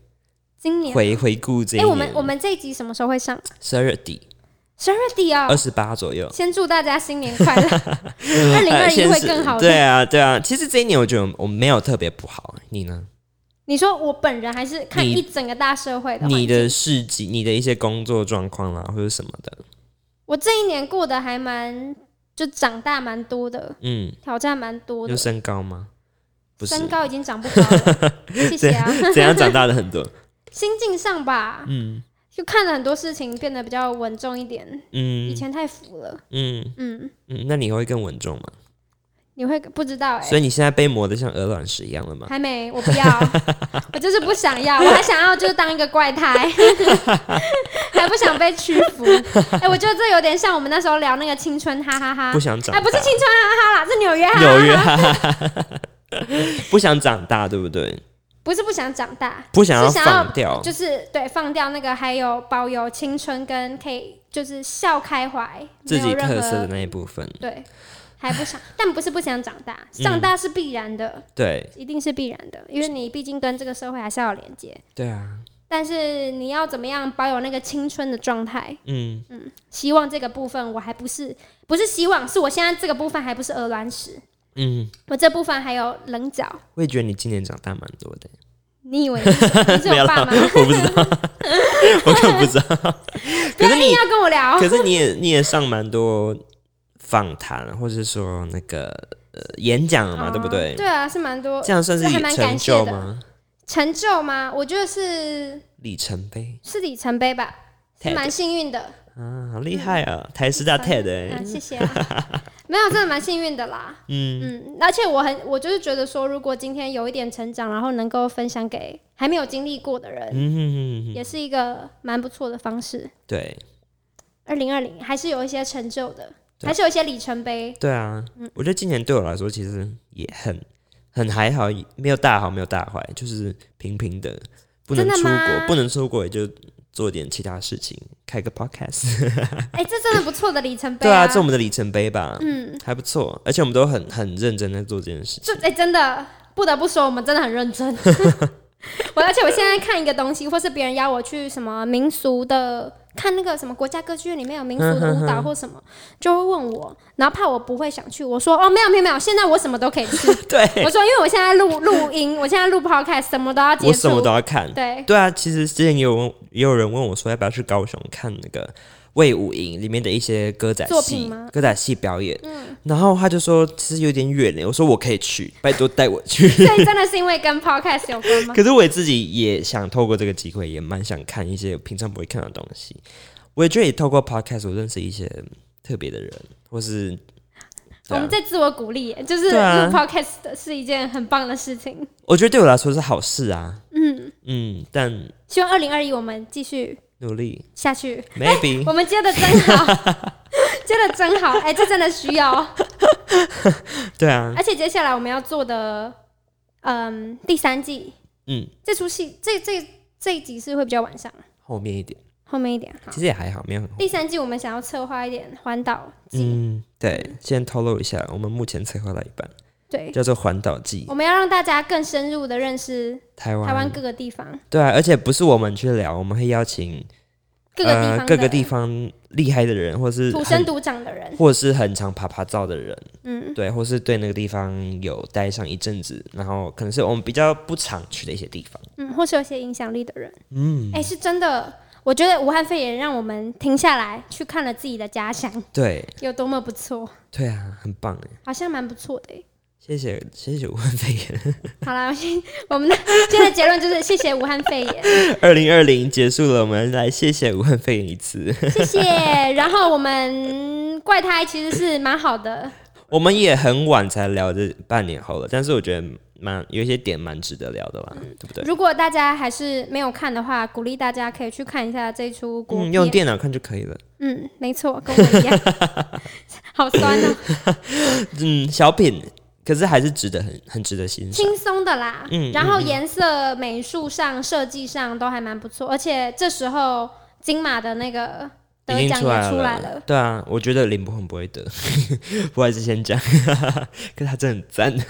[SPEAKER 1] 今年，
[SPEAKER 2] 回回顾这一
[SPEAKER 1] 哎、
[SPEAKER 2] 年，
[SPEAKER 1] 我们我们这一集什么时候会上？
[SPEAKER 2] 十二月底
[SPEAKER 1] 十二月底哦
[SPEAKER 2] 二。十八左右，
[SPEAKER 1] 先祝大家新年快 乐， 二零二
[SPEAKER 2] 呃
[SPEAKER 1] 一
[SPEAKER 2] 先
[SPEAKER 1] 会
[SPEAKER 2] 是
[SPEAKER 1] 更好的。
[SPEAKER 2] 对啊，对啊。其实这一年我觉得我没有特别不好，你呢？
[SPEAKER 1] 你说我本人还是看
[SPEAKER 2] 你
[SPEAKER 1] 一整个大社会的环境，
[SPEAKER 2] 你的事迹、你的一些工作状况啦，或者什么的，
[SPEAKER 1] 我这一年过得还蛮，就长大蛮多的，
[SPEAKER 2] 嗯，
[SPEAKER 1] 挑战蛮多
[SPEAKER 2] 有
[SPEAKER 1] 的，
[SPEAKER 2] 身高吗？不是
[SPEAKER 1] 身，高已经长不高 了，谢谢啊。
[SPEAKER 2] 怎样长大的很多，
[SPEAKER 1] 心境上吧，
[SPEAKER 2] 嗯
[SPEAKER 1] 就看了很多事情变得比较稳重一点，以
[SPEAKER 2] 嗯
[SPEAKER 1] 前太浮了，
[SPEAKER 2] 嗯
[SPEAKER 1] 嗯，
[SPEAKER 2] 嗯，那你会更稳重吗？
[SPEAKER 1] 你会不知道哎、
[SPEAKER 2] 所以你现在被磨得像鹅卵石一样了吗？
[SPEAKER 1] 还没，我不 要，我就是不想要，我还想要就是当一个 怪胎，还不想被屈服。哎、我觉得这有点像我们那时候聊那个青春哈哈哈
[SPEAKER 2] 不，想长
[SPEAKER 1] 哎、
[SPEAKER 2] 大，
[SPEAKER 1] 不是青春哈哈啦，是纽约哈哈哈
[SPEAKER 2] 纽约，哈哈哈哈 不想长大，对不对？
[SPEAKER 1] 不是不想长大，
[SPEAKER 2] 不想要
[SPEAKER 1] 是想要
[SPEAKER 2] 放掉，
[SPEAKER 1] 就是对放掉那个，还有保有青春跟可以就是笑开怀，
[SPEAKER 2] 自
[SPEAKER 1] 没
[SPEAKER 2] 己
[SPEAKER 1] 有任何
[SPEAKER 2] 特色的那一部分，
[SPEAKER 1] 对，还不想，但不是不想长大，
[SPEAKER 2] 嗯
[SPEAKER 1] 长大是必然的，
[SPEAKER 2] 对
[SPEAKER 1] 一定是必然的，因为你毕竟跟这个社会还是要有连接。
[SPEAKER 2] 对啊，
[SPEAKER 1] 但是你要怎么样保有那个青春的状态？
[SPEAKER 2] 嗯，
[SPEAKER 1] 希望这个部分我还不是不是希望，是我现在这个部分还不是鹅卵石，
[SPEAKER 2] 嗯，
[SPEAKER 1] 我这部分还有棱角。
[SPEAKER 2] 我也觉得你今年长大蛮多的，
[SPEAKER 1] 你以为你是你是
[SPEAKER 2] 没有
[SPEAKER 1] 我
[SPEAKER 2] 啦
[SPEAKER 1] 爸妈？
[SPEAKER 2] 我不知道，我根本不知道。
[SPEAKER 1] 不
[SPEAKER 2] 可
[SPEAKER 1] 要
[SPEAKER 2] 是
[SPEAKER 1] 啊硬
[SPEAKER 2] 你，
[SPEAKER 1] 要跟我聊，
[SPEAKER 2] 可是你也你也上蛮多访谈，或是说那个呃演讲嘛，对不对
[SPEAKER 1] 哦？对啊，是蛮多
[SPEAKER 2] 这样算是
[SPEAKER 1] 这还蛮
[SPEAKER 2] 成
[SPEAKER 1] 感谢
[SPEAKER 2] 就
[SPEAKER 1] 的
[SPEAKER 2] 吗？
[SPEAKER 1] 成就吗？我觉得是
[SPEAKER 2] 里程碑
[SPEAKER 1] 是里程碑吧，是
[SPEAKER 2] TED
[SPEAKER 1] 蛮幸运的。
[SPEAKER 2] 啊，好厉害啊！台师大 TED，欸
[SPEAKER 1] 嗯，谢谢、啊。 没有，真的蛮幸运的啦。
[SPEAKER 2] 嗯
[SPEAKER 1] 嗯，而且我很，我就是觉得说，如果今天有一点成长，然后能够分享给还没有经历过的人，
[SPEAKER 2] 嗯哼哼哼，
[SPEAKER 1] 也是一个蛮不错的方式。
[SPEAKER 2] 对
[SPEAKER 1] 二零二零还是有一些成就的，
[SPEAKER 2] 对
[SPEAKER 1] 还是有一些里程碑。
[SPEAKER 2] 对啊，我觉得今年对我来说其实也很很还好，也没有大好，没有大坏，就是平平的。不能
[SPEAKER 1] 真的
[SPEAKER 2] 出
[SPEAKER 1] 吗
[SPEAKER 2] 国，不能出国也就做点其他事情，开个 podcast。
[SPEAKER 1] 哎、这真的不错的里程 碑
[SPEAKER 2] 对啊，这
[SPEAKER 1] 这
[SPEAKER 2] 我们的里程碑吧，嗯，还不错，而且我们都很很认真在做这件事情。
[SPEAKER 1] 这哎、真的不得不说，我们真的很 认真。我而且我现在看一个东西，或是别人邀我去什么民俗的，看那个什么国家歌剧院里面有民俗的舞蹈或什么，就会问我，然后怕我不会想去，我说哦没有没有没有，现在我什么都可 以去。
[SPEAKER 2] 对，
[SPEAKER 1] 我说因为我现在录录音，我现在录 podcast，什么都要接触，
[SPEAKER 2] 我什么都要看。
[SPEAKER 1] 对，
[SPEAKER 2] 对啊，其实之前也有问也有人问我说要不要去高雄看那个魏武营里面的一些歌仔
[SPEAKER 1] 作品
[SPEAKER 2] 戏
[SPEAKER 1] 吗、嗯
[SPEAKER 2] 歌仔戏表演，然后他就说其实有点远嘞，我说我可以去，拜托带我去。
[SPEAKER 1] 所以真的是因为跟 podcast 有关 吗？
[SPEAKER 2] 可是我自己也想透过这个机会，也蛮想看一些平常不会看的东西。我也觉得也透过 podcast 我认识一些特别的人，或是对
[SPEAKER 1] 我
[SPEAKER 2] 啊
[SPEAKER 1] 们在自我鼓励，就是录
[SPEAKER 2] 对啊
[SPEAKER 1] podcast 的是一件很棒的事情。
[SPEAKER 2] 我觉得对我来说是好事啊。嗯嗯，但
[SPEAKER 1] 希望二零二一我们继续
[SPEAKER 2] 努力
[SPEAKER 1] 下去。
[SPEAKER 2] maybe、
[SPEAKER 1] 哎我们接的真 好，接的真好，哎、这真的需要。
[SPEAKER 2] 对啊，
[SPEAKER 1] 而且接下来我们要做的，嗯，第三季
[SPEAKER 2] 嗯，
[SPEAKER 1] 这出戏，这这这一集是会比较晚上，
[SPEAKER 2] 后面一点
[SPEAKER 1] 后面一点好
[SPEAKER 2] 其。实也还好，没有很后面。
[SPEAKER 1] 第三季我们想要策划一点环岛季，
[SPEAKER 2] 嗯，对，先透露一下，我们目前策划到一半，
[SPEAKER 1] 对，
[SPEAKER 2] 叫做环岛季
[SPEAKER 1] 我们要让大家更深入的认识
[SPEAKER 2] 台湾。
[SPEAKER 1] 台湾各个地方，
[SPEAKER 2] 对啊，而且不是我们去聊，我们会邀请
[SPEAKER 1] 各个地方的、
[SPEAKER 2] 呃各个地方厉害的人，或是
[SPEAKER 1] 土生
[SPEAKER 2] 很
[SPEAKER 1] 土长的人，
[SPEAKER 2] 或是很常爬爬照的人，
[SPEAKER 1] 嗯，
[SPEAKER 2] 对，或是对那个地方有待上一阵子，然后可能是我们比较不常去的一些地方。
[SPEAKER 1] 嗯，或是有些影响力的人，嗯，哎、是真的。我觉得武汉肺炎让我们停下来去看了自己的家乡
[SPEAKER 2] 对，
[SPEAKER 1] 有多么不错，
[SPEAKER 2] 对啊，很棒哎，
[SPEAKER 1] 好像蛮不错的欸。
[SPEAKER 2] 谢谢谢谢武汉肺炎。
[SPEAKER 1] 好啦，我先我们的今天的结论就是谢谢武汉肺炎，
[SPEAKER 2] 二零二零结束了，我们来谢谢武汉肺炎一次。
[SPEAKER 1] 谢谢。然后我们怪胎其实是蛮好的，
[SPEAKER 2] 我们也很晚才聊这半年后了，但是我觉得蛮有一些点蛮值得聊的
[SPEAKER 1] 嗯
[SPEAKER 2] 啦，对不对？
[SPEAKER 1] 如果大家还是没有看的话，鼓励大家可以去看一下这出国
[SPEAKER 2] 嗯，用
[SPEAKER 1] 片。
[SPEAKER 2] 电脑看就可以了。
[SPEAKER 1] 嗯，没错，跟我一样， 好 酸哦、
[SPEAKER 2] 嗯，小品，可是还是值得很很值得欣赏。
[SPEAKER 1] 轻松的啦。
[SPEAKER 2] 嗯
[SPEAKER 1] 然后颜色、美术上、设计上都还蛮不错，而且这时候金马的那个
[SPEAKER 2] 已
[SPEAKER 1] 得
[SPEAKER 2] 经
[SPEAKER 1] 奖也
[SPEAKER 2] 出来
[SPEAKER 1] 出来
[SPEAKER 2] 了
[SPEAKER 1] 了。
[SPEAKER 2] 对啊，我觉得林柏宏不会得， 我还是先讲， 可是他真的很赞。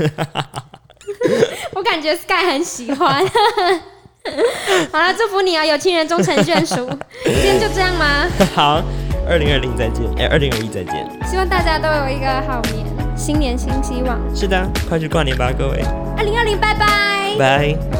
[SPEAKER 1] 我感觉 Sky 很喜欢。 好了，祝福你啊，有情人终成眷属。今天就这样吗？
[SPEAKER 2] 好，二零二零再见，哎、2二零二一再见。
[SPEAKER 1] 希望大家都有一个好眠，新年新希望。
[SPEAKER 2] 是的，快去跨年吧，各位，
[SPEAKER 1] 二零二零，拜拜。
[SPEAKER 2] 拜。